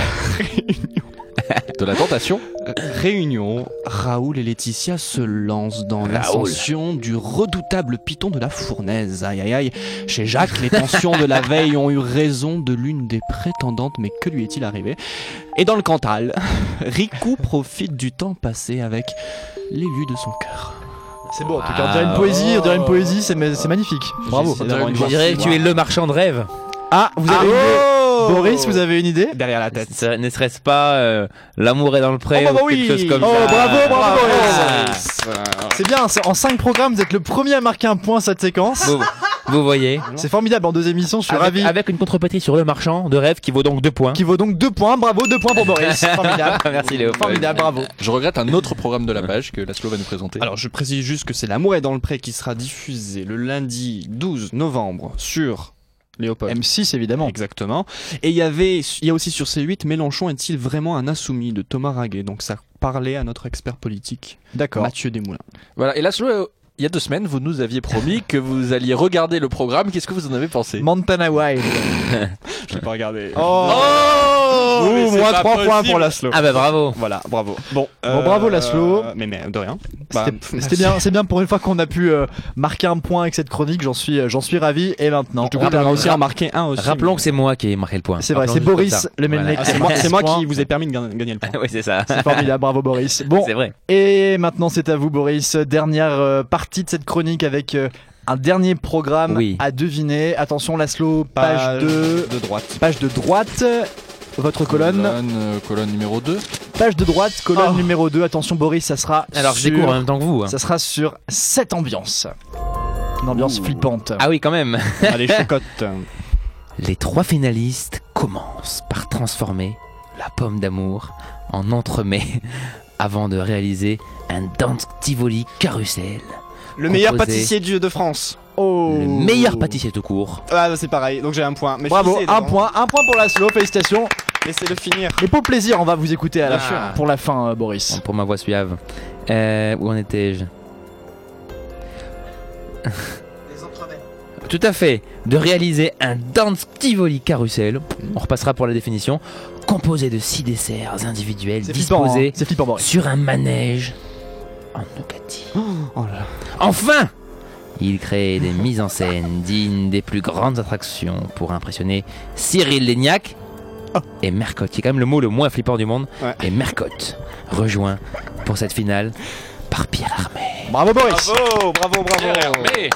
Speaker 9: De la tentation.
Speaker 8: Euh, Réunion. Raoul et Laetitia se lancent dans l'ascension du redoutable python de la fournaise. Aïe aïe aïe. Chez Jacques, les tensions de la veille ont eu raison de l'une des prétendantes, mais que lui est-il arrivé Et dans le Cantal, Rico profite du temps passé avec l'élu de son cœur.
Speaker 6: C'est beau, en tout cas, on dirait une poésie, on dirait une poésie, c'est ma- c'est magnifique. Bravo.
Speaker 8: essayé d'avoir une
Speaker 7: Je dirais que tu es le marchand de rêve.
Speaker 6: Ah, vous avez une idée.
Speaker 7: oh
Speaker 6: Boris, vous avez une idée
Speaker 8: derrière la tête.
Speaker 7: Ça- Ne serait-ce pas euh, l'amour est dans le pré
Speaker 6: Oh, bah
Speaker 7: ou quelque
Speaker 6: oui.
Speaker 7: chose comme
Speaker 6: Oh,
Speaker 7: ça.
Speaker 6: bravo, bravo,
Speaker 7: Ah.
Speaker 6: C'est bien, c'est- en 5 programmes, vous êtes le premier à marquer un point à cette séquence.
Speaker 7: Vous, vous voyez
Speaker 6: C'est formidable, en deux émissions, je suis
Speaker 7: avec,
Speaker 6: ravi.
Speaker 7: avec une contrepartie sur le marchand de rêve qui vaut donc 2 points.
Speaker 6: Qui vaut donc 2 points, bravo, 2 points pour Boris. Formidable.
Speaker 7: Merci Léo.
Speaker 6: Formidable, bravo.
Speaker 9: Je regrette un autre programme de la page que Laszlo va nous présenter.
Speaker 8: Alors je précise juste que c'est L'amour est dans le pré qui sera diffusé le lundi 12 novembre sur Léopold.
Speaker 6: M6 évidemment.
Speaker 8: Exactement. Et il y avait, il y a aussi sur C8, Mélenchon est-il vraiment un insoumis de Thomas Raguet. Donc ça parlait à notre expert politique
Speaker 6: D'accord.
Speaker 8: Mathieu Desmoulins.
Speaker 9: Voilà, et Laszlo, euh, il y a deux semaines, vous nous aviez promis que vous alliez regarder le programme. Qu'est-ce que vous en avez pensé
Speaker 6: Montana Wild.
Speaker 8: Je vais pas regarder.
Speaker 6: Oh,
Speaker 8: mais c'est
Speaker 6: moins
Speaker 8: pas
Speaker 6: 3 points pour
Speaker 8: possible.
Speaker 6: Laszlo.
Speaker 7: Ah bah bravo.
Speaker 8: Voilà, bravo. Bon,
Speaker 6: bravo, Laszlo.
Speaker 8: Mais, mais de rien. Bah,
Speaker 6: C'était c'était bien, c'est bien pour une fois qu'on a pu euh, marquer un point avec cette chronique, j'en suis, euh, j'en suis ravi. Et maintenant,
Speaker 8: Du coup, t'as réussi à en marquer un aussi.
Speaker 7: Rappelons que Ah, c'est moi qui ai marqué le point.
Speaker 6: c'est vrai,
Speaker 7: Rappelons
Speaker 6: c'est
Speaker 7: juste
Speaker 6: Boris,
Speaker 7: comme ça.
Speaker 6: le même
Speaker 7: Voilà.
Speaker 8: Ah, c'est moi, c'est moi qui vous ai permis de gagner gagner le point.
Speaker 7: oui, c'est ça.
Speaker 6: c'est formidable, bravo Boris. Bon,
Speaker 7: C'est vrai.
Speaker 6: et maintenant c'est à vous Boris, dernière euh, partie de cette chronique avec euh, un dernier programme
Speaker 7: Oui.
Speaker 6: à deviner. Attention Laszlo, page 2,
Speaker 8: de droite.
Speaker 6: page de droite. votre colonne.
Speaker 9: euh, colonne numéro 2.
Speaker 6: Page de droite, colonne
Speaker 7: Oh.
Speaker 6: numéro 2. Attention Boris, ça sera
Speaker 7: Alors je
Speaker 6: sur,
Speaker 7: découvre en même temps que vous. hein.
Speaker 6: ça sera sur cette ambiance. Une ambiance flippante.
Speaker 7: Ah oui, quand même.
Speaker 8: Allez, chocotte.
Speaker 7: Les trois finalistes commencent par transformer la pomme d'amour en entremets avant de réaliser un Dante Tivoli carrousel.
Speaker 8: Le meilleur
Speaker 7: Composé.
Speaker 8: pâtissier du- de France.
Speaker 6: Oh.
Speaker 7: Le meilleur pâtissier tout court.
Speaker 8: Ah, c'est pareil, donc j'ai un point. Mais
Speaker 6: Bravo,
Speaker 8: finissez,
Speaker 6: un
Speaker 8: Laurent.
Speaker 6: point, un point pour la slow, félicitations.
Speaker 8: Laissez-le finir.
Speaker 6: Et pour le plaisir, on va vous écouter à la
Speaker 7: Ah.
Speaker 6: fin, pour la fin, euh, Boris.
Speaker 7: Bon, pour ma voix suave. Euh, où en étais-je Tout à fait. De réaliser un Dante Tivoli Carrousel, on repassera pour la définition, composé de six desserts individuels
Speaker 6: C'est flippant, hein.
Speaker 7: disposés
Speaker 6: c'est flippant, Boris.
Speaker 7: sur un manège en nougatie.
Speaker 8: Oh
Speaker 7: Enfin Il crée des mises en scène dignes des plus grandes attractions pour impressionner Cyril Lignac et Mercotte, qui est quand même le mot le moins flippant du monde,
Speaker 8: Ouais.
Speaker 7: et Mercotte, rejoint pour cette finale par Pierre Armé.
Speaker 6: Bravo, Boris.
Speaker 8: Bravo, Oh, bravo, bravo.
Speaker 9: Mais,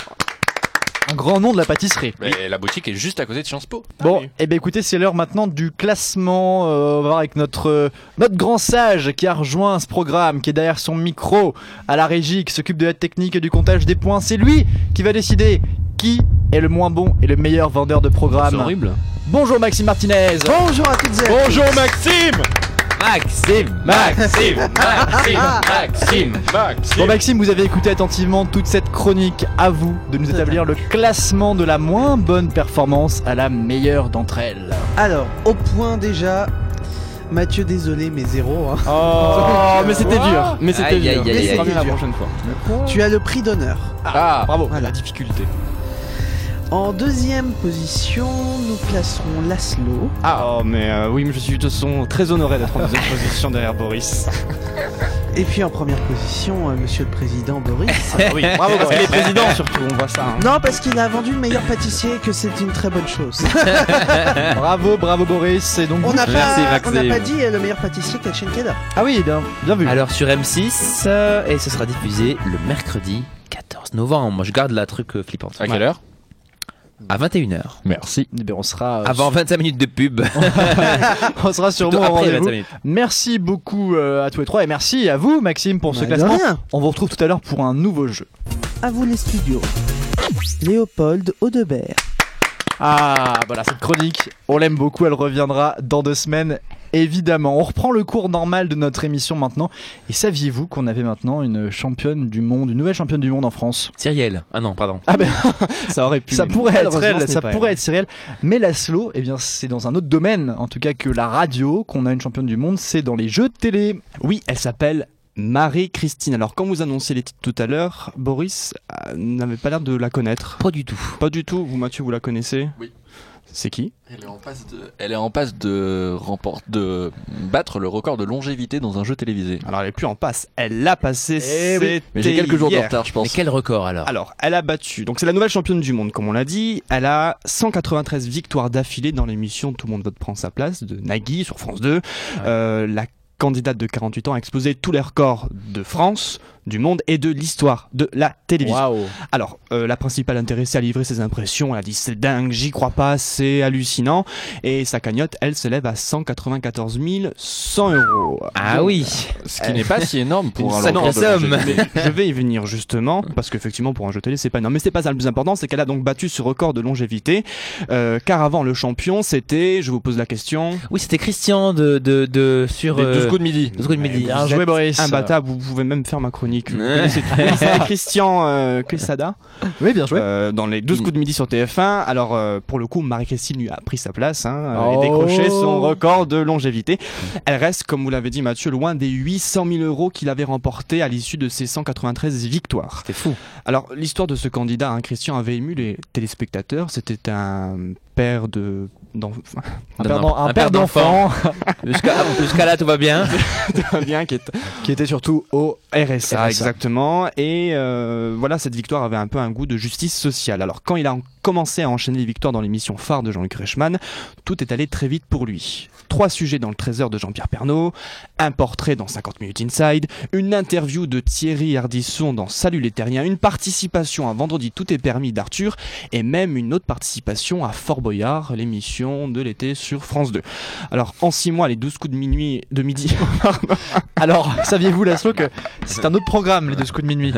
Speaker 6: Un grand nom de la pâtisserie.
Speaker 9: mais la boutique est juste à côté de Sciences Po.
Speaker 6: Bon,
Speaker 8: Allez.
Speaker 6: et ben écoutez, c'est l'heure maintenant du classement. euh, on va voir avec notre, euh, notre grand sage qui a rejoint ce programme, qui est derrière son micro à la régie, qui s'occupe de la technique et du comptage des points. C'est lui qui va décider qui est le moins bon et le meilleur vendeur de programme. Bonjour Maxime Martinez.
Speaker 3: Bonjour à toutes et à tous.
Speaker 8: Bonjour Maxime
Speaker 7: Maxime
Speaker 9: Maxime, Maxime, Maxime,
Speaker 6: Bon
Speaker 9: Maxime.
Speaker 6: Maxime, vous avez écouté attentivement toute cette chronique. À vous de nous établir le classement de la moins bonne performance à la meilleure d'entre elles.
Speaker 3: Alors, au point déjà, Mathieu, désolé, mais zéro. hein.
Speaker 8: Oh, mais c'était dur. Mais c'était
Speaker 7: Aïe,
Speaker 8: dur.
Speaker 7: aïe, aïe,
Speaker 8: Mais
Speaker 7: aïe,
Speaker 8: ce sera
Speaker 3: aïe.
Speaker 8: bien la prochaine fois.
Speaker 3: Tu as le prix d'honneur.
Speaker 9: Ah,
Speaker 8: Bravo.
Speaker 3: Voilà.
Speaker 8: La difficulté.
Speaker 3: En deuxième position, nous placerons Laszlo.
Speaker 8: Ah, oh, mais euh, oui, mais je suis de toute façon très honoré d'être en deuxième position derrière Boris.
Speaker 3: Et puis en première position, euh, Monsieur le Président Boris.
Speaker 8: Ah oui, bravo, parce qu'il est président surtout, on voit ça. hein.
Speaker 3: non, parce qu'il a vendu le meilleur pâtissier et que c'est une très bonne chose.
Speaker 6: Bravo, bravo Boris. C'est donc
Speaker 3: On n'a
Speaker 7: Merci,
Speaker 3: pas, on
Speaker 7: Maxime.
Speaker 3: n'a pas dit euh, le meilleur pâtissier Kachenkedda.
Speaker 6: ah oui, bien, bien vu.
Speaker 7: Alors sur M6, euh, et ce sera diffusé le mercredi 14 novembre. Moi je garde la truc euh, flippante.
Speaker 9: à quelle heure
Speaker 7: À 21h.
Speaker 9: Merci.
Speaker 6: Eh ben, on sera euh,
Speaker 7: Avant 25 minutes de pub.
Speaker 6: On sera sûrement au
Speaker 7: Après 25
Speaker 6: rendez-vous.
Speaker 7: minutes.
Speaker 6: Merci beaucoup euh, à tous les trois et merci à vous Maxime pour ce
Speaker 3: Bah, de
Speaker 6: classement.
Speaker 3: rien.
Speaker 6: On vous retrouve tout à l'heure pour un nouveau jeu.
Speaker 3: À vous les studios. Léopold Audebert.
Speaker 6: Ah voilà cette chronique, on l'aime beaucoup, elle reviendra dans deux semaines évidemment. On reprend le cours normal de notre émission maintenant. Et saviez-vous qu'on avait maintenant une championne du monde, une nouvelle championne du monde en France
Speaker 7: Cyrielle. Ah non, pardon.
Speaker 8: Ça aurait pu.
Speaker 6: Ça
Speaker 8: mais
Speaker 6: pourrait être
Speaker 8: malheureusement,
Speaker 6: elle,
Speaker 8: ce
Speaker 6: ça
Speaker 8: n'est pas
Speaker 6: pourrait
Speaker 8: elle.
Speaker 6: être Cyril. Mais Laszlo, eh bien c'est dans un autre domaine en tout cas que la radio qu'on a une championne du monde, c'est dans les jeux de télé.
Speaker 8: Oui, elle s'appelle Marie-Christine. Alors, quand vous annoncez les titres tout à l'heure, Boris euh, n'avait pas l'air de la connaître.
Speaker 7: Pas du tout.
Speaker 8: Pas du tout. Vous, Mathieu, vous la connaissez
Speaker 9: Oui.
Speaker 8: C'est qui
Speaker 9: Elle est en passe de, elle est en passe de, remporte, de battre le record de longévité dans un jeu télévisé.
Speaker 8: Alors, elle est plus en passe. Elle l'a passé.
Speaker 9: Eh Mais j'ai
Speaker 8: c'était
Speaker 9: quelques jours de
Speaker 8: hier.
Speaker 9: retard, je
Speaker 7: Mais
Speaker 9: pense.
Speaker 7: quel record alors
Speaker 8: Alors, elle a battu. Donc, c'est la nouvelle championne du monde, comme on l'a dit. Elle a 193 victoires d'affilée dans l'émission Tout le monde vote prend sa place de Nagui sur France 2. Euh, la candidate de 48 ans a explosé tous les records de France, du monde et de l'histoire de la télévision. Alors, euh, la principale intéressée a livré ses impressions. Elle a dit c'est dingue, j'y crois pas, c'est hallucinant. Et sa cagnotte, elle, s'élève à 194 100 euros.
Speaker 7: Ah
Speaker 8: Donc,
Speaker 7: oui
Speaker 9: Ce qui n'est pas si énorme pour
Speaker 8: Une
Speaker 9: un
Speaker 8: sacrée
Speaker 9: record de
Speaker 7: somme.
Speaker 9: longévité.
Speaker 8: je vais y venir justement, parce qu'effectivement pour un jeu télé c'est pas énorme, mais c'est pas ça le plus important, c'est qu'elle a donc battu ce record de longévité, euh, car avant le champion c'était, je vous pose la question,
Speaker 7: Oui, c'était Christian de, de, de sur.
Speaker 9: Les
Speaker 7: euh,
Speaker 9: deux secondes midi.
Speaker 7: deux secondes de midi.
Speaker 6: Bien
Speaker 8: vous
Speaker 6: joué
Speaker 8: êtes
Speaker 6: Boris.
Speaker 8: imbattable, vous pouvez même faire ma chronique, vous connaissez tout. c'est Christian euh, Quesada,
Speaker 6: Oui, bien joué.
Speaker 8: euh, dans les
Speaker 7: Mm.
Speaker 8: 12 coups de midi sur TF1, alors euh, pour le coup Marie-Christine lui a pris sa place, hein, euh, et
Speaker 6: Oh.
Speaker 8: décroché son record de longévité, elle reste comme vous l'avez dit Mathieu, loin des 800 000 euros qu'il avait remporté à l'issue de ses 193 victoires.
Speaker 7: C'était fou.
Speaker 8: Alors, l'histoire de ce candidat, hein, Christian, avait ému les téléspectateurs. C'était un père de. d'enfants
Speaker 6: Un
Speaker 7: Non,
Speaker 6: père
Speaker 7: non,
Speaker 6: d'en- un père d'enfant
Speaker 7: Jusqu'à jusqu'à là, tout va bien.
Speaker 8: bien qui est
Speaker 6: qui était surtout au
Speaker 8: RSA,
Speaker 6: RSA.
Speaker 8: exactement. Et euh, voilà, cette victoire avait un peu un goût de justice sociale. Alors, quand il a en- commencé à enchaîner les victoires dans l'émission phare de Jean-Luc Reichmann, tout est allé très vite pour lui. Trois sujets dans le trésor de Jean-Pierre Pernaud, un portrait dans 50 minutes inside, une interview de Thierry Ardisson dans Salut les terriens, une participation à Vendredi tout est permis d'Arthur, et même une autre participation à Fort Boyard, l'émission de l'été sur France 2. Alors, en 6 mois, les 12 coups de minuit, de midi.
Speaker 6: Alors, saviez-vous, Laszlo, que c'est un autre programme, les deux coups de minuit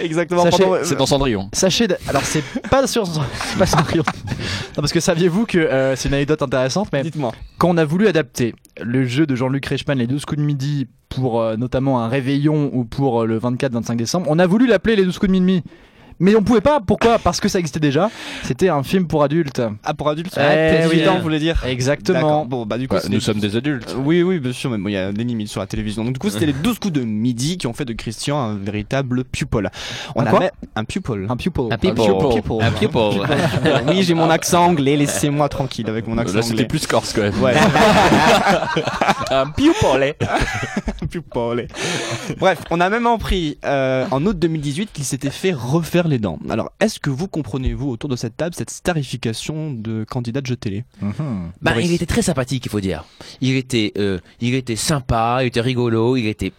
Speaker 8: Exactement.
Speaker 6: Sachez-
Speaker 8: pendant-
Speaker 9: C'est dans Cendrillon.
Speaker 6: Sachez, d- alors c'est pas sur, c'est pas sur Cendrillon. Non, parce que saviez-vous que euh, c'est une anecdote intéressante, mais
Speaker 8: Dites-moi.
Speaker 9: Euh,
Speaker 6: quand on a voulu adapter le jeu de Jean-Luc Reichmann, les 12 coups de midi, pour euh, notamment un réveillon ou pour euh, le 24-25 décembre, on a voulu l'appeler les 12 coups de minuit. Mais on pouvait pas, pourquoi Parce que ça existait déjà. C'était un film pour adultes.
Speaker 8: Ah, pour adultes,
Speaker 6: Eh
Speaker 8: ah,
Speaker 6: oui.
Speaker 8: ans, vous voulez dire D'accord.
Speaker 6: Exactement.
Speaker 8: Bon, bah, du coup,
Speaker 9: euh, Bah,
Speaker 8: c'était-
Speaker 9: nous sommes des adultes.
Speaker 8: Oui, oui, bien sûr, mais bon, il y a des limites sur la télévision. Donc, du coup, c'était les 12 coups de midi qui ont fait de Christian un véritable pupole. On
Speaker 6: Un quoi
Speaker 8: avait un pupole.
Speaker 6: Un pupil.
Speaker 8: Un pupole.
Speaker 7: Ah,
Speaker 1: Un people.
Speaker 8: Oui, j'ai mon accent anglais, laissez-moi tranquille avec mon accent
Speaker 9: Là, c'était
Speaker 8: anglais.
Speaker 9: plus corse quand même.
Speaker 8: Ouais,
Speaker 9: Un piopolet.
Speaker 8: pupole. Bref, on a même appris euh, en août 2018 qu'il s'était fait refaire les dents. Alors, est-ce que vous comprenez, vous, autour de cette table, cette starification de candidats de jeu télé
Speaker 6: Mhm.
Speaker 7: Bah,
Speaker 8: Boris.
Speaker 7: il était très sympathique, il faut dire. Il était, euh, il était sympa, il était rigolo, il était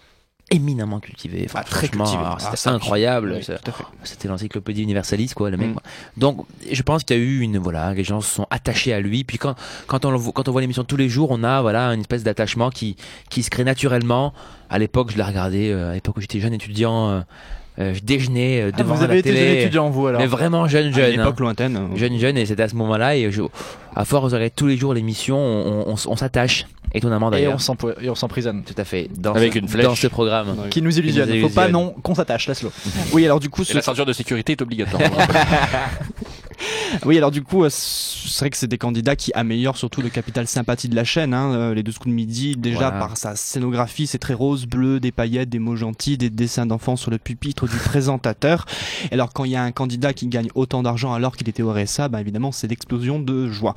Speaker 7: éminemment cultivé. Enfin,
Speaker 8: Ah, très
Speaker 7: franchement,
Speaker 8: cultivé.
Speaker 7: alors,
Speaker 8: Ah,
Speaker 7: C'était
Speaker 8: ça,
Speaker 7: incroyable.
Speaker 8: oui,
Speaker 7: Ça-
Speaker 8: tout à fait.
Speaker 7: C'était l'encyclopédie universaliste, quoi, le mec.
Speaker 8: Mm.
Speaker 7: quoi. Donc, je pense qu'il y a eu une, voilà, les gens se sont attachés à lui. Puis quand, quand on, le voit- quand on voit l'émission tous les jours, on a, voilà, une espèce d'attachement qui, qui se crée naturellement. À l'époque, je la regardais, euh, à l'époque où j'étais jeune étudiant, euh, euh, je déjeunais euh, devant
Speaker 6: Ah, vous
Speaker 7: la
Speaker 6: avez été
Speaker 7: télé.
Speaker 6: jeune étudiant, vous alors
Speaker 7: Mais vraiment jeune,
Speaker 8: Ah, À
Speaker 7: jeune.
Speaker 8: une
Speaker 7: hein
Speaker 8: époque lointaine.
Speaker 7: jeune jeune et c'était à ce moment-là et je- à force de regarder tous les jours l'émission on, on, on s'attache étonnamment
Speaker 6: Et
Speaker 7: d'ailleurs
Speaker 6: on s'empo- et on s'emprisonne.
Speaker 7: tout à fait dans
Speaker 9: Avec
Speaker 7: ce,
Speaker 9: une flèche.
Speaker 7: dans ce programme
Speaker 8: Ouais.
Speaker 6: Qui nous illusionne.
Speaker 7: nous
Speaker 6: Faut pas,
Speaker 7: illusionne.
Speaker 6: non, qu'on s'attache, Laszlo.
Speaker 8: Oui, alors du coup,
Speaker 9: Et
Speaker 8: ce
Speaker 9: la ceinture de sécurité est obligatoire.
Speaker 8: Oui, alors du coup, euh, c'est vrai que c'est des candidats qui améliorent surtout le capital sympathie de la chaîne. hein. Euh, Les deux coups de midi, déjà
Speaker 7: Voilà.
Speaker 8: par sa scénographie, c'est très rose, bleu, des paillettes, des mots gentils, des dessins d'enfants sur le pupitre du présentateur. Et alors quand il y a un candidat qui gagne autant d'argent alors qu'il était au RSA, bah, évidemment, c'est l'explosion de joie.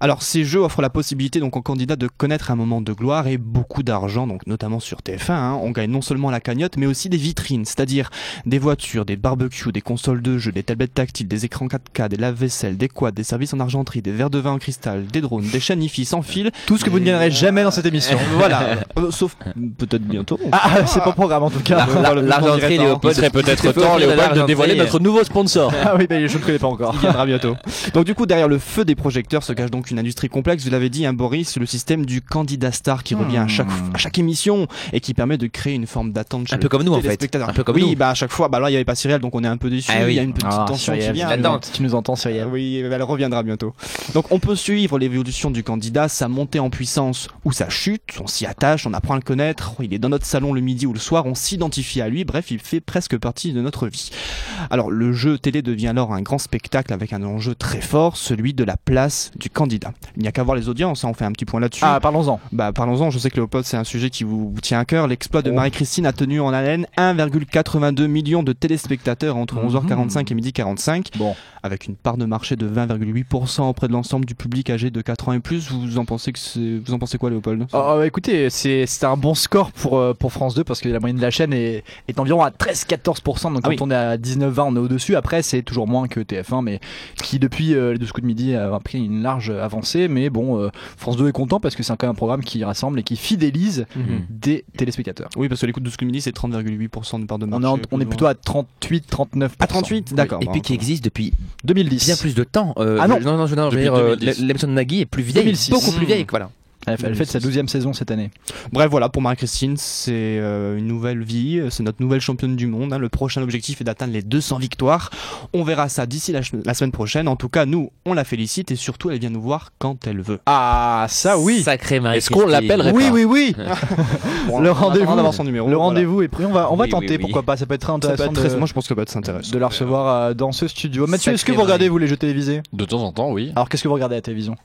Speaker 8: Alors ces jeux offrent la possibilité donc aux candidats de connaître un moment de gloire et beaucoup d'argent, donc notamment sur TF1. hein. On gagne non seulement la cagnotte, mais aussi des vitrines, c'est-à-dire des voitures, des barbecues, des consoles de jeux, des tablettes tactiles, des écrans 4K, des lave-vaisselle, des quads, des services en argenterie, des verres de vin en cristal, des drones, des chaînes hi-fi sans fil.
Speaker 6: Tout ce que vous ne gagnerez jamais dans cette émission.
Speaker 8: voilà, Euh, sauf peut-être bientôt.
Speaker 6: Ah, c'est pas programme en tout cas.
Speaker 8: On va le mettre en
Speaker 7: l'argenterie,
Speaker 8: direct, hein.
Speaker 7: Léopold.
Speaker 9: Il serait peut-être temps, Léopold, de dévoiler notre nouveau sponsor.
Speaker 6: Ah oui, mais je ne connais pas encore.
Speaker 8: Il viendra bientôt. Donc du coup, derrière le feu des projecteurs se cache donc une industrie complexe. Vous l'avez dit, hein, Boris, le système du candidat star qui
Speaker 7: Hmm.
Speaker 8: revient à chaque, à chaque émission et qui permet de créer une forme d'attente chez
Speaker 7: un
Speaker 8: le
Speaker 7: peu comme nous en fait
Speaker 8: téléspectateur.
Speaker 7: un peu comme
Speaker 8: oui,
Speaker 7: nous
Speaker 8: bah à chaque fois, bah là il n'y avait pas Cyril, donc on est un peu déçu.
Speaker 7: Ah oui.
Speaker 8: Il y a une petite
Speaker 6: Ah,
Speaker 8: tension qui
Speaker 6: Cyrielle, tu
Speaker 8: vient. mais
Speaker 6: nous
Speaker 8: bon.
Speaker 6: entends, Tu nous entends, Cyrielle.
Speaker 8: Oui, elle reviendra bientôt. Donc on peut suivre l'évolution du candidat, sa montée en puissance ou sa chute, on s'y attache, on apprend à le connaître, il est dans notre salon le midi ou le soir, on s'identifie à lui, bref, il fait presque partie de notre vie. Alors le jeu télé devient alors un grand spectacle avec un enjeu très fort, celui de la place du candidat. Il n'y a qu'à voir les audiences, hein, on fait un petit point là-dessus.
Speaker 6: Ah, parlons-en.
Speaker 8: Bah parlons-en, je sais que Léopold c'est un sujet qui vous tient à cœur. L'exploit de
Speaker 6: Oh.
Speaker 8: Marie-Christine a tenu en haleine 1,82 million de téléspectateurs entre 11h45 et 12h45.
Speaker 6: Mhm. Bon.
Speaker 8: Avec une part de marché de 20,8% auprès de l'ensemble du public âgé de 4 ans et plus, vous en pensez que c'est vous en pensez quoi Léopold
Speaker 6: Ah, bah, écoutez, c'est c'est un bon score pour, euh, pour France 2 parce que la moyenne de la chaîne est, est environ à 13-14%. Donc quand
Speaker 8: oui.
Speaker 6: on est à 19-20, on est au-dessus. Après, c'est toujours moins que TF1, mais qui depuis euh, les 12 coups de midi a pris une large avancée. Mais bon, euh, France 2 est content parce que c'est quand même un programme qui rassemble et qui fidélise
Speaker 8: Mhm.
Speaker 6: des téléspectateurs.
Speaker 8: Oui, parce que l'écoute de ce que midi c'est 30,8% de part de
Speaker 6: On est,
Speaker 8: marché.
Speaker 6: en- on est
Speaker 8: plus ou
Speaker 6: plutôt
Speaker 8: moins.
Speaker 6: à 38-39%.
Speaker 8: à 38, d'accord.
Speaker 7: et
Speaker 8: Bon,
Speaker 7: puis qui existe depuis
Speaker 6: 2010.
Speaker 7: bien plus de temps Euh,
Speaker 6: Ah non.
Speaker 7: je- non non je, non, je veux
Speaker 9: Depuis
Speaker 7: dire euh,
Speaker 9: 2010.
Speaker 7: l'émission de Nagui est plus vieille
Speaker 6: 2006.
Speaker 7: beaucoup plus
Speaker 8: Mm.
Speaker 7: vieille voilà
Speaker 6: Elle fait- elle fait sa 12e saison cette année.
Speaker 8: Bref, voilà, pour Marie-Christine, c'est euh, une nouvelle vie, euh, c'est notre nouvelle championne du monde. hein. Le prochain objectif est d'atteindre les 200 victoires. On verra ça d'ici la, ch- la semaine prochaine. En tout cas, nous, on la félicite et surtout, elle vient nous voir quand elle veut.
Speaker 6: Ah, ça oui.
Speaker 7: sacré Marie
Speaker 9: Est-ce qu'on l'appellerait
Speaker 6: oui,
Speaker 9: pas
Speaker 6: oui, oui. Le rendez-vous.
Speaker 8: d'avoir son numéro.
Speaker 6: Le
Speaker 8: voilà.
Speaker 6: rendez-vous est pris. On va, on va
Speaker 7: Oui,
Speaker 6: tenter,
Speaker 7: oui, oui.
Speaker 6: pourquoi pas. Ça peut être très
Speaker 8: Ça peut
Speaker 6: intéressant.
Speaker 8: être très-
Speaker 6: de-
Speaker 8: Moi, je pense que bah, ça intéresse.
Speaker 6: de la recevoir euh, dans ce studio. Mathieu, est-ce que
Speaker 7: Sacré
Speaker 6: vous regardez
Speaker 7: Marie.
Speaker 6: vous les jeux télévisés
Speaker 9: De temps en temps, oui.
Speaker 6: Alors qu'est-ce que vous regardez à la télévision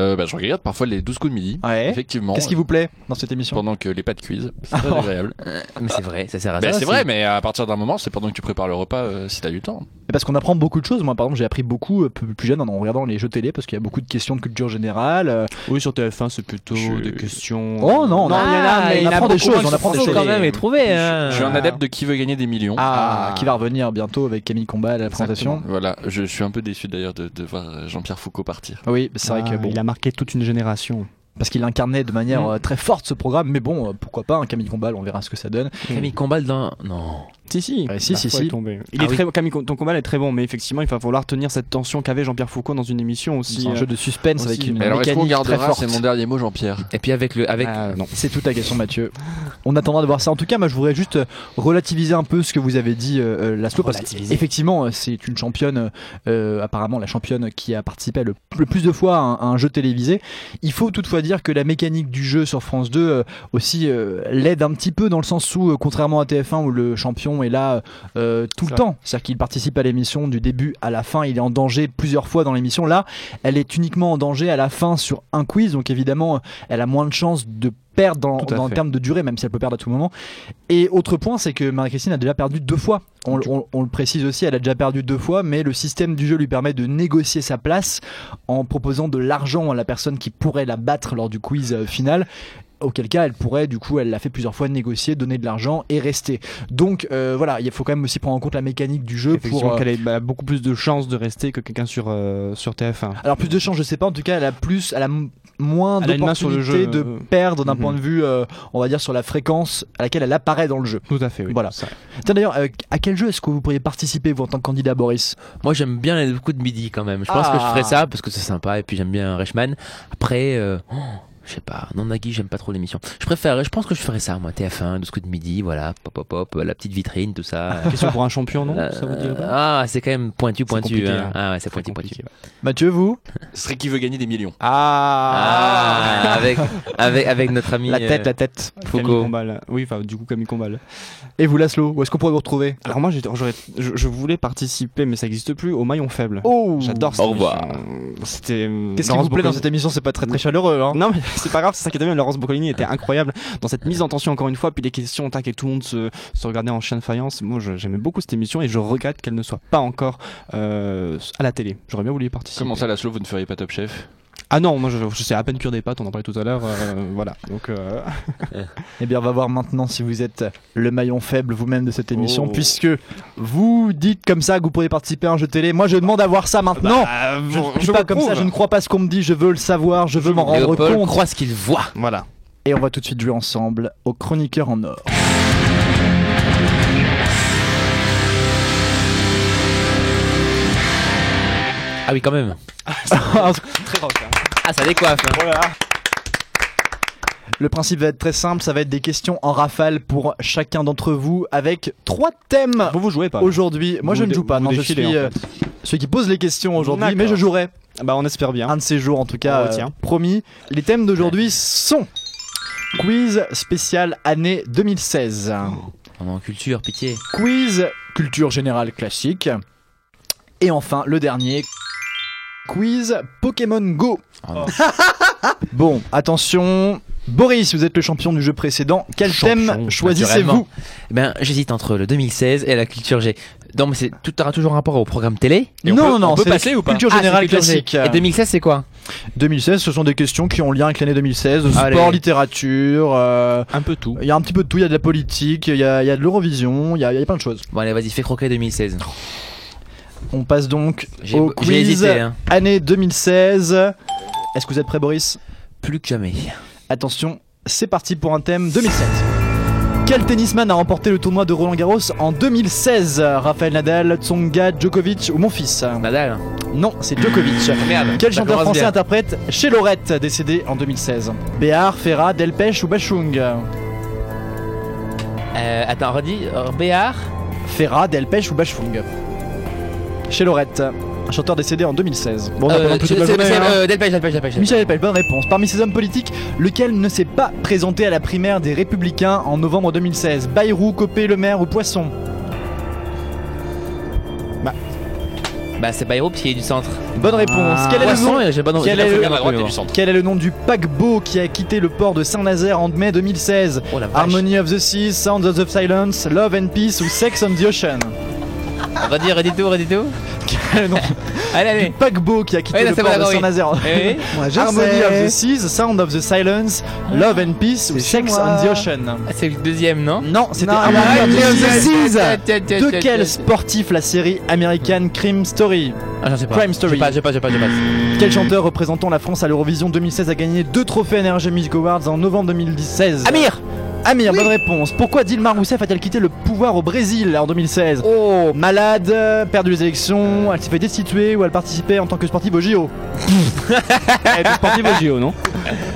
Speaker 9: Euh, bah, je regarde parfois les 12 coups de midi.
Speaker 6: Ouais.
Speaker 9: Effectivement.
Speaker 6: Qu'est-ce qui vous plaît dans cette émission
Speaker 9: Pendant que les pâtes cuisent. C'est très agréable.
Speaker 7: mais c'est vrai ça sert à
Speaker 9: Bah,
Speaker 7: Ah, ça
Speaker 9: c'est vrai, mais à partir d'un moment, c'est pendant que tu prépares le repas euh, si t'as du temps.
Speaker 6: Parce qu'on apprend beaucoup de choses. Moi, par exemple, j'ai appris beaucoup euh, plus plus jeune en regardant les jeux télé parce qu'il y a beaucoup de questions de culture générale. euh,
Speaker 8: Oui, sur TF1, c'est plutôt
Speaker 9: Je-
Speaker 8: des questions.
Speaker 6: Oh non, on, a-
Speaker 7: mais
Speaker 6: on apprend des choses. On
Speaker 7: on
Speaker 6: apprend des choses.
Speaker 7: quand même et trouver
Speaker 9: Je suis un adepte de qui veut gagner des millions.
Speaker 6: Ah, qui va revenir bientôt avec Camille Combat à la présentation.
Speaker 9: Voilà, je suis un peu déçu d'ailleurs de, de voir euh, Jean-Pierre Foucault partir.
Speaker 8: Ah
Speaker 6: Oui, c'est vrai que bon,
Speaker 8: Il a marqué toute une génération.
Speaker 6: parce qu'il incarnait de hein, manière euh, très forte ce programme, mais bon, euh, pourquoi pas un Camille Combal, on verra ce que ça donne.
Speaker 7: Camille Combal dans non
Speaker 8: Si, si.
Speaker 6: Ouais, si, si,
Speaker 8: Parfois,
Speaker 6: si.
Speaker 8: est tombé. Il
Speaker 7: Ah
Speaker 8: est
Speaker 7: oui.
Speaker 8: très, Camille, ton combat est très bon, mais effectivement, il va falloir tenir cette tension qu'avait Jean-Pierre Foucault dans une émission aussi.
Speaker 6: C'est un
Speaker 8: euh,
Speaker 6: jeu de suspense
Speaker 8: aussi,
Speaker 6: avec une
Speaker 8: mais
Speaker 9: Alors est-ce qu'on
Speaker 6: mécanique très
Speaker 9: gardera
Speaker 6: forte.
Speaker 9: C'est mon dernier mot, Jean-Pierre.
Speaker 7: Et puis avec le, avec,
Speaker 8: ah, non.
Speaker 6: C'est toute la question, Mathieu. On attendra de voir ça. En tout cas, moi, je voudrais juste euh, relativiser un peu ce que vous avez dit, euh, euh, Laszlo, parce
Speaker 7: Relativiser.
Speaker 6: qu'effectivement, euh, c'est une championne, euh, apparemment la championne qui a participé le, le plus de fois à un, à un jeu télévisé. Il faut toutefois dire que la mécanique du jeu sur France 2 euh, aussi euh, l'aide un petit peu dans le sens où, euh, contrairement à TF1 où le champion est là euh, tout le
Speaker 8: Ça.
Speaker 6: temps, c'est-à-dire qu'il participe à l'émission du début à la fin, il est en danger plusieurs fois dans l'émission. Là, elle est uniquement en danger à la fin sur un quiz, donc évidemment, elle a moins de chances de perdre dans,
Speaker 8: Tout à
Speaker 6: dans le
Speaker 8: fait.
Speaker 6: terme de durée, même si elle peut perdre à tout moment. Et autre point, c'est que Marie-Christine a déjà perdu deux fois. On, on- on le précise aussi, elle a déjà perdu deux fois, mais le système du jeu lui permet de négocier sa place en proposant de l'argent à la personne qui pourrait la battre lors du quiz euh, final. Auquel cas, elle pourrait, du coup, elle l'a fait plusieurs fois négocier, donner de l'argent et rester. Donc euh, voilà, il faut quand même aussi prendre en compte la mécanique du jeu
Speaker 8: Effectivement,
Speaker 6: pour. euh,
Speaker 8: qu'elle ait bah, beaucoup plus de chances de rester que quelqu'un sur, euh, sur TF1.
Speaker 6: alors plus de chance, je sais pas. En tout cas, elle a plus, elle a m- moins
Speaker 8: Elle a une main sur le
Speaker 6: d'opportunités
Speaker 8: jeu,
Speaker 6: de
Speaker 8: euh,
Speaker 6: perdre d'un
Speaker 8: mhm.
Speaker 6: point de vue, euh, on va dire, sur la fréquence à laquelle elle apparaît dans le jeu.
Speaker 8: Tout à fait, oui.
Speaker 6: Voilà.
Speaker 8: Ça-
Speaker 6: Tiens d'ailleurs, euh, à quel jeu est-ce que vous pourriez participer vous en tant que candidat, Boris
Speaker 7: moi j'aime bien les coups de midi quand même. Je pense
Speaker 6: Ah.
Speaker 7: que je ferai ça parce que c'est sympa et puis j'aime bien Reichmann. Après, euh, oh, je sais pas, non Nagui, j'aime pas trop l'émission. Je préfère, je pense que je ferai ça moi, TF1, 12 coups de midi, voilà, pop pop pop, la petite vitrine, tout ça.
Speaker 8: Question pour un champion, non
Speaker 7: Euh,
Speaker 8: Ah, Ça vous dirait pas
Speaker 7: ah, c'est quand même pointu, pointu.
Speaker 8: compliqué,
Speaker 7: hein.
Speaker 8: hein.
Speaker 7: Ah ouais, c'est
Speaker 8: Très
Speaker 7: pointu, pointu.
Speaker 8: compliqué, ouais.
Speaker 6: Mathieu, vous
Speaker 9: Ce serait qui veut gagner des millions.
Speaker 7: Ah, avec, avec, avec notre ami
Speaker 6: La tête,
Speaker 7: euh,
Speaker 6: la tête.
Speaker 8: Camille
Speaker 7: Foucault.
Speaker 8: Combal. Oui, enfin, du coup, Camille Combal.
Speaker 6: Et vous, Laszlo Où est-ce qu'on pourrait vous retrouver
Speaker 8: Alors, moi, j'étais- j'aurais- je, je voulais participer, mais ça n'existe plus, au maillon faible.
Speaker 6: Oh
Speaker 8: J'adore ça.
Speaker 9: Au revoir.
Speaker 8: C'était. euh,
Speaker 6: Qu'est-ce qui vous plaît dans cette émission C'est pas très très chaleureux, hein
Speaker 8: Non, mais c'est pas grave, c'est ça qui est bien. Laurence Boccolini était incroyable dans cette mise en tension, encore une fois. Puis les questions, tac, et tout le monde se, se regardait en chien de faïence. Moi, je- j'aimais beaucoup cette émission et je regrette qu'elle ne soit pas encore euh, à la télé. J'aurais bien voulu y participer.
Speaker 9: Comment ça, Laszlo, vous ne feriez pas Top Chef
Speaker 8: Ah non, moi, je, je sais à peine cuire des pâtes, on en parlait tout à l'heure. euh, voilà. Donc, euh,
Speaker 6: Eh bien, on va voir maintenant si vous êtes le maillon faible vous-même de cette émission,
Speaker 8: Oh.
Speaker 6: puisque vous dites comme ça que vous pourriez participer à un jeu télé. Moi, je demande à voir ça maintenant.
Speaker 8: bah,
Speaker 6: je ne
Speaker 8: vous-
Speaker 6: suis
Speaker 8: je
Speaker 6: pas
Speaker 8: vous
Speaker 6: comme ça,
Speaker 8: prouve.
Speaker 6: je ne crois pas ce qu'on me dit, je veux le savoir, je veux m'en rendre
Speaker 7: Léopold
Speaker 6: compte.
Speaker 7: croit ce qu'il voit.
Speaker 8: Voilà.
Speaker 6: Et on va tout de suite jouer ensemble au chroniqueur en or.
Speaker 7: Ah oui, quand même.
Speaker 8: Très rock. hein.
Speaker 7: Ah, ça décoiffe. hein.
Speaker 6: Le principe va être très simple, ça va être des questions en rafale pour chacun d'entre vous avec trois thèmes
Speaker 8: Vous, vous jouez pas.
Speaker 6: aujourd'hui. Ah. Moi
Speaker 8: bah, Vous
Speaker 6: je ne
Speaker 8: dé-
Speaker 6: joue pas,
Speaker 8: vous
Speaker 6: non, je suis
Speaker 8: défilez, en
Speaker 6: euh, celui qui pose les questions aujourd'hui, mais je
Speaker 8: D'accord.
Speaker 6: jouerai
Speaker 8: Bah, on espère bien.
Speaker 6: un de ces jours en tout cas,
Speaker 8: On retient.
Speaker 6: euh, promis. Les thèmes d'aujourd'hui sont quiz spécial année 2016,
Speaker 7: On est en culture, pitié.
Speaker 6: quiz culture générale classique, et enfin le dernier, quiz Pokémon Go.
Speaker 7: Oh non.
Speaker 6: Bon, attention. Boris, vous êtes le champion du jeu précédent. Quel
Speaker 7: Champion,
Speaker 6: thème
Speaker 7: naturellement.
Speaker 6: choisissez-vous
Speaker 7: Eh Ben, j'hésite entre le 2016 et la culture G. Non, mais c'est tout aura toujours rapport au programme télé.
Speaker 9: Et on peut- on peut
Speaker 6: c'est
Speaker 9: passer
Speaker 6: la
Speaker 9: ou pas
Speaker 6: Culture
Speaker 7: Ah, c'est
Speaker 6: générale
Speaker 7: culture G.
Speaker 6: classique.
Speaker 7: Et 2016, c'est quoi
Speaker 6: 2016, ce sont des questions qui ont lien avec l'année 2016. Sport,
Speaker 7: Allez.
Speaker 6: littérature. euh,
Speaker 8: Un peu tout.
Speaker 6: Il y a un petit peu de tout. Il y a de la politique. Il y a, il y a de l'Eurovision. Il y a, il y a plein de choses.
Speaker 7: Bon, allez, vas-y, fais croquer 2016.
Speaker 6: On passe donc
Speaker 7: J'ai
Speaker 6: au
Speaker 7: j'ai
Speaker 6: quiz
Speaker 7: hésité, hein.
Speaker 6: année 2016. Est-ce que vous êtes prêt, Boris
Speaker 7: plus que jamais.
Speaker 6: Attention, c'est parti pour un thème 2016. Quel tennisman a remporté le tournoi de Roland Garros en 2016 Raphaël Nadal, Tsonga, Djokovic ou mon fils
Speaker 7: Nadal.
Speaker 6: Non, c'est Djokovic.
Speaker 7: Oh, Merde.
Speaker 6: Quel
Speaker 7: Ça
Speaker 6: chanteur
Speaker 7: commence
Speaker 6: français
Speaker 7: bien.
Speaker 6: interprète chez Lorette, décédé en 2016 Béar, Ferrat, Delpech ou Bachung
Speaker 7: Euh, attends, redis. euh, Béard.
Speaker 6: Ferrat, Delpech ou Bachung Chez Lorette, un chanteur décédé en 2016. Bon, on a
Speaker 7: Euh,
Speaker 6: pendant
Speaker 7: c'est-
Speaker 6: toute la journée,
Speaker 7: c'est-
Speaker 6: hein.
Speaker 7: euh, Delpech, Delpech, Delpech.
Speaker 6: Michel Delpech, bonne réponse. Parmi ces hommes politiques, lequel ne s'est pas présenté à la primaire des Républicains en novembre 2016 Bayrou, Copé, Le Maire ou Poisson
Speaker 7: Bah, c'est Bayrou, puisqu'il est du centre.
Speaker 6: Bonne réponse. Quel, est le
Speaker 7: Poisson,
Speaker 6: nom,
Speaker 7: et j'ai pas non-
Speaker 6: Quel
Speaker 7: j'ai pas
Speaker 6: est le-
Speaker 7: souvenir
Speaker 9: À la droite et
Speaker 7: absolument.
Speaker 9: du centre.
Speaker 6: quel est le nom du paquebot qui a quitté le port de Saint-Nazaire en mai 2016
Speaker 7: Oh la vache.
Speaker 6: Harmony of the Seas, Sounds of the Silence, Love and Peace ou Sex on the Ocean
Speaker 7: Ah, Redis, redis tout, redis tout.
Speaker 6: Quel est le nom
Speaker 7: Allez, allez.
Speaker 6: du paquebot qui a quitté
Speaker 7: Ouais, là,
Speaker 6: le
Speaker 7: c'est
Speaker 6: port
Speaker 7: bon,
Speaker 6: de
Speaker 7: d'accord, oui.
Speaker 6: Saint-Nazaire en-
Speaker 7: Eh oui.
Speaker 3: Moi, je
Speaker 6: Harmony
Speaker 3: sais.
Speaker 6: of the Seas, Sound of the Silence, Love and Peace ou
Speaker 3: C'est chez
Speaker 6: Sex
Speaker 3: moi.
Speaker 6: on the Ocean
Speaker 7: Ah, C'est le deuxième, non Ah,
Speaker 6: Non, c'était
Speaker 3: Non,
Speaker 6: Harmony
Speaker 3: non,
Speaker 6: of
Speaker 3: non,
Speaker 6: the
Speaker 3: non,
Speaker 6: Seas.
Speaker 7: Tiens, tiens, tiens,
Speaker 6: De
Speaker 7: tiens,
Speaker 6: quel
Speaker 7: tiens.
Speaker 6: sportif la série américaine Crime Story
Speaker 7: Ah, j'en sais pas.
Speaker 6: Crime Story.
Speaker 7: Je sais pas, je sais pas, je sais pas, je sais pas.
Speaker 6: Quel chanteur représentant la France à l'Eurovision 2016 a gagné deux trophées NRJ Music Awards en novembre 2016
Speaker 7: Amir
Speaker 6: Amir, bonne réponse. Pourquoi Dilma Rousseff a-t-elle quitté le pouvoir au Brésil en 2016
Speaker 7: Oh
Speaker 6: Malade, euh, perdue des élections, elle s'est fait destituer ou elle participait en tant que sportive au JO. Eh,
Speaker 8: Elle était sportive au JO, non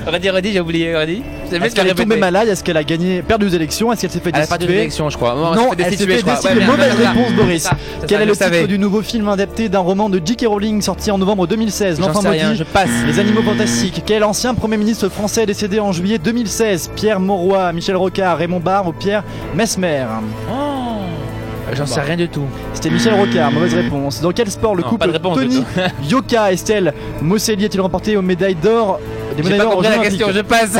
Speaker 7: Redis, redis, j'ai oublié, redis. C'est
Speaker 6: Est-ce qu'elle est tombée malade Est-ce qu'elle a gagné, perdu des élections Est-ce qu'elle s'est fait
Speaker 7: Elle a perdu
Speaker 6: destituer
Speaker 7: l'élection, je crois.
Speaker 6: Non, elle s'est fait destituer. Mauvaise réponse, Boris. Quel est le titre du nouveau film adapté d'un roman de J.K. Rowling sorti en novembre 2016
Speaker 7: J'en
Speaker 6: L'enfant
Speaker 7: sais rien, je
Speaker 6: maudit,
Speaker 7: passe.
Speaker 6: les animaux fantastiques. Quel ancien premier ministre français décédé en juillet 2016 Pierre Mauroy, Michel Rocard, Raymond Barre ou Pierre Mesmer
Speaker 7: J'en sais rien du tout.
Speaker 6: C'était Michel Rocard, mauvaise réponse. Dans quel sport le
Speaker 7: Non,
Speaker 6: couple
Speaker 7: pas de réponse,
Speaker 6: Tony Yoka Estelle Mosselli a-t-il remporté aux médailles d'or des
Speaker 7: J'ai
Speaker 6: médailles
Speaker 7: pas
Speaker 6: d'or aux
Speaker 7: compris la
Speaker 6: Olympiques
Speaker 7: question, je passe.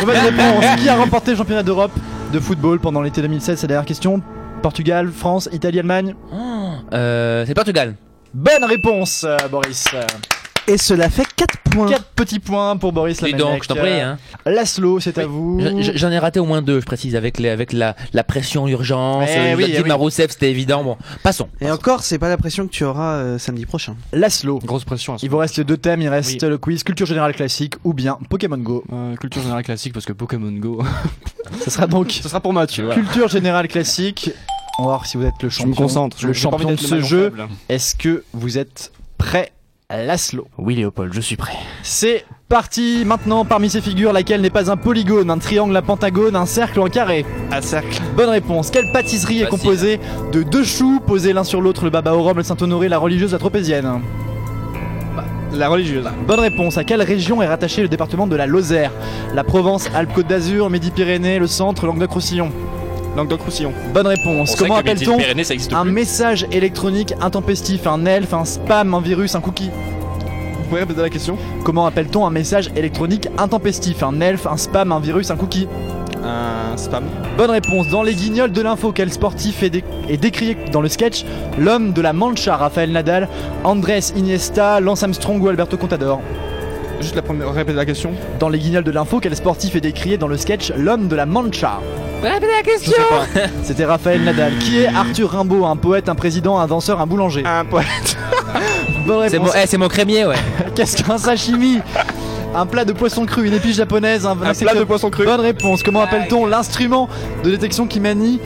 Speaker 6: Mauvaise réponse. Qui a remporté le championnat d'Europe de football pendant l'été 2016 C'est la dernière question. Portugal, France, Italie, Allemagne.
Speaker 7: Euh, c'est Portugal.
Speaker 6: Bonne réponse, euh, Boris. Euh,
Speaker 3: Et cela fait 4 points.
Speaker 6: Quatre petits points pour Boris
Speaker 7: Hum. Dis
Speaker 6: Lamennec.
Speaker 7: donc, je t'en prie. Hein.
Speaker 6: Laszlo, c'est à vous.
Speaker 7: Je- je- J'en ai raté au moins deux, je précise, avec, les, avec la, la pression urgence.
Speaker 6: Eh
Speaker 7: Euh,
Speaker 6: oui, eh
Speaker 7: Dilma
Speaker 6: oui.
Speaker 7: Rousseff, c'était évident. Bon, passons.
Speaker 3: Et encore, c'est pas la pression que tu auras euh, samedi prochain.
Speaker 6: Laszlo.
Speaker 8: Grosse pression. à ce
Speaker 6: Il vous reste deux thèmes, il reste
Speaker 8: Oui.
Speaker 6: le quiz culture générale classique ou bien Pokémon Go.
Speaker 8: Euh, culture générale classique parce que Pokémon Go.
Speaker 6: Ça sera donc
Speaker 8: Ce sera pour Mathieu. voilà.
Speaker 6: culture générale classique. On va voir si vous êtes le
Speaker 8: Je me
Speaker 6: champion.
Speaker 8: concentre.
Speaker 6: le
Speaker 8: J'ai pas envie
Speaker 6: champion de
Speaker 8: d'être
Speaker 6: ce
Speaker 8: maillon
Speaker 6: jeu.
Speaker 8: faible.
Speaker 6: Est-ce que vous êtes prêt, Laszlo
Speaker 7: Oui, Léopold, je suis prêt.
Speaker 6: C'est parti maintenant parmi ces figures, laquelle n'est pas un polygone, un triangle, un pentagone, un cercle ou un carré
Speaker 8: Un cercle.
Speaker 6: Bonne réponse. Quelle pâtisserie est
Speaker 7: Facile.
Speaker 6: composée de deux choux posés l'un sur l'autre, le baba au rhum, le Saint-Honoré, la religieuse, la tropézienne Bah,
Speaker 8: La religieuse.
Speaker 6: Bonne réponse. À quelle région est rattaché le département de la Lozère La Provence, Alpes-Côte d'Azur, Midi-Pyrénées, le centre, Languedoc-Roussillon
Speaker 8: Languedoc-Roussillon.
Speaker 6: Bonne
Speaker 9: On
Speaker 6: réponse.
Speaker 9: sait
Speaker 6: Comment
Speaker 9: que Midi de
Speaker 6: appelle-t-on
Speaker 9: Pyrénées, ça existe
Speaker 6: un
Speaker 9: plus.
Speaker 6: message électronique intempestif, un elfe, un spam, un virus, un cookie
Speaker 8: Vous pouvez répéter la question
Speaker 6: Comment appelle-t-on un message électronique intempestif, un elfe, un spam, un virus, un cookie
Speaker 8: Un spam.
Speaker 6: Bonne réponse. Dans les guignols de l'info, quel sportif est, dé- est décrié dans le sketch L'homme de la Mancha, Raphaël Nadal, Andrés Iniesta, Lance Armstrong ou Alberto Contador
Speaker 8: Juste la première. Répétez la question.
Speaker 6: Dans les guignols de l'info, quel sportif est décrié dans le sketch L'homme de la Mancha
Speaker 7: la question.
Speaker 6: C'était Raphaël Nadal. Qui est Arthur Rimbaud Un poète, un président, un danseur, un boulanger
Speaker 8: Un poète.
Speaker 6: Bonne
Speaker 7: C'est
Speaker 6: réponse.
Speaker 7: mon, eh, c'est mon crémier, ouais.
Speaker 6: Qu'est-ce qu'un sashimi Un plat de poisson cru, une épice japonaise, un,
Speaker 8: Un plat de poisson cru.
Speaker 6: Bonne réponse. Comment appelle-t-on l'instrument de détection qui manie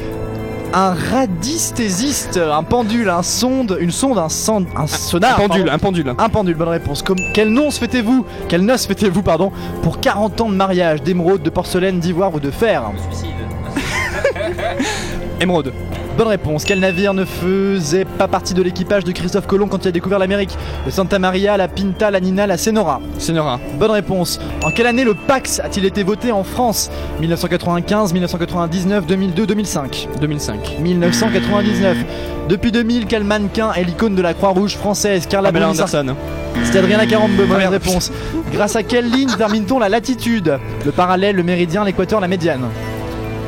Speaker 6: un radiesthésiste, un pendule, un sonde, une sonde, un, sonde, un
Speaker 8: Un
Speaker 6: sonar
Speaker 8: pendule.
Speaker 6: Ah, pardon.
Speaker 8: Un pendule.
Speaker 6: Un pendule, bonne réponse. Comme- quel nom se fêtez-vous Quelle noce fêtez-vous, pardon, pour 40 ans de mariage D'émeraude, de porcelaine, d'ivoire ou de fer
Speaker 8: Émeraude.
Speaker 6: Bonne réponse. Quel navire ne faisait pas partie de l'équipage de Christophe Colomb quand il a découvert l'Amérique Le Santa Maria, la Pinta, la Nina, la Senora
Speaker 8: Senora.
Speaker 6: Bonne réponse. En quelle année le Pax a-t-il été voté en France 1995, 1999, 2002, 2005
Speaker 8: 2005.
Speaker 6: 1999. Depuis 2000, quel mannequin est l'icône de la Croix-Rouge française Carla
Speaker 8: Pamela
Speaker 6: Bruni,
Speaker 8: Anderson.
Speaker 6: C'était Adriana Carambe, mauvaise
Speaker 8: merde.
Speaker 6: réponse. Grâce à quelle ligne termine-t-on la latitude Le parallèle, le méridien, l'équateur, la médiane.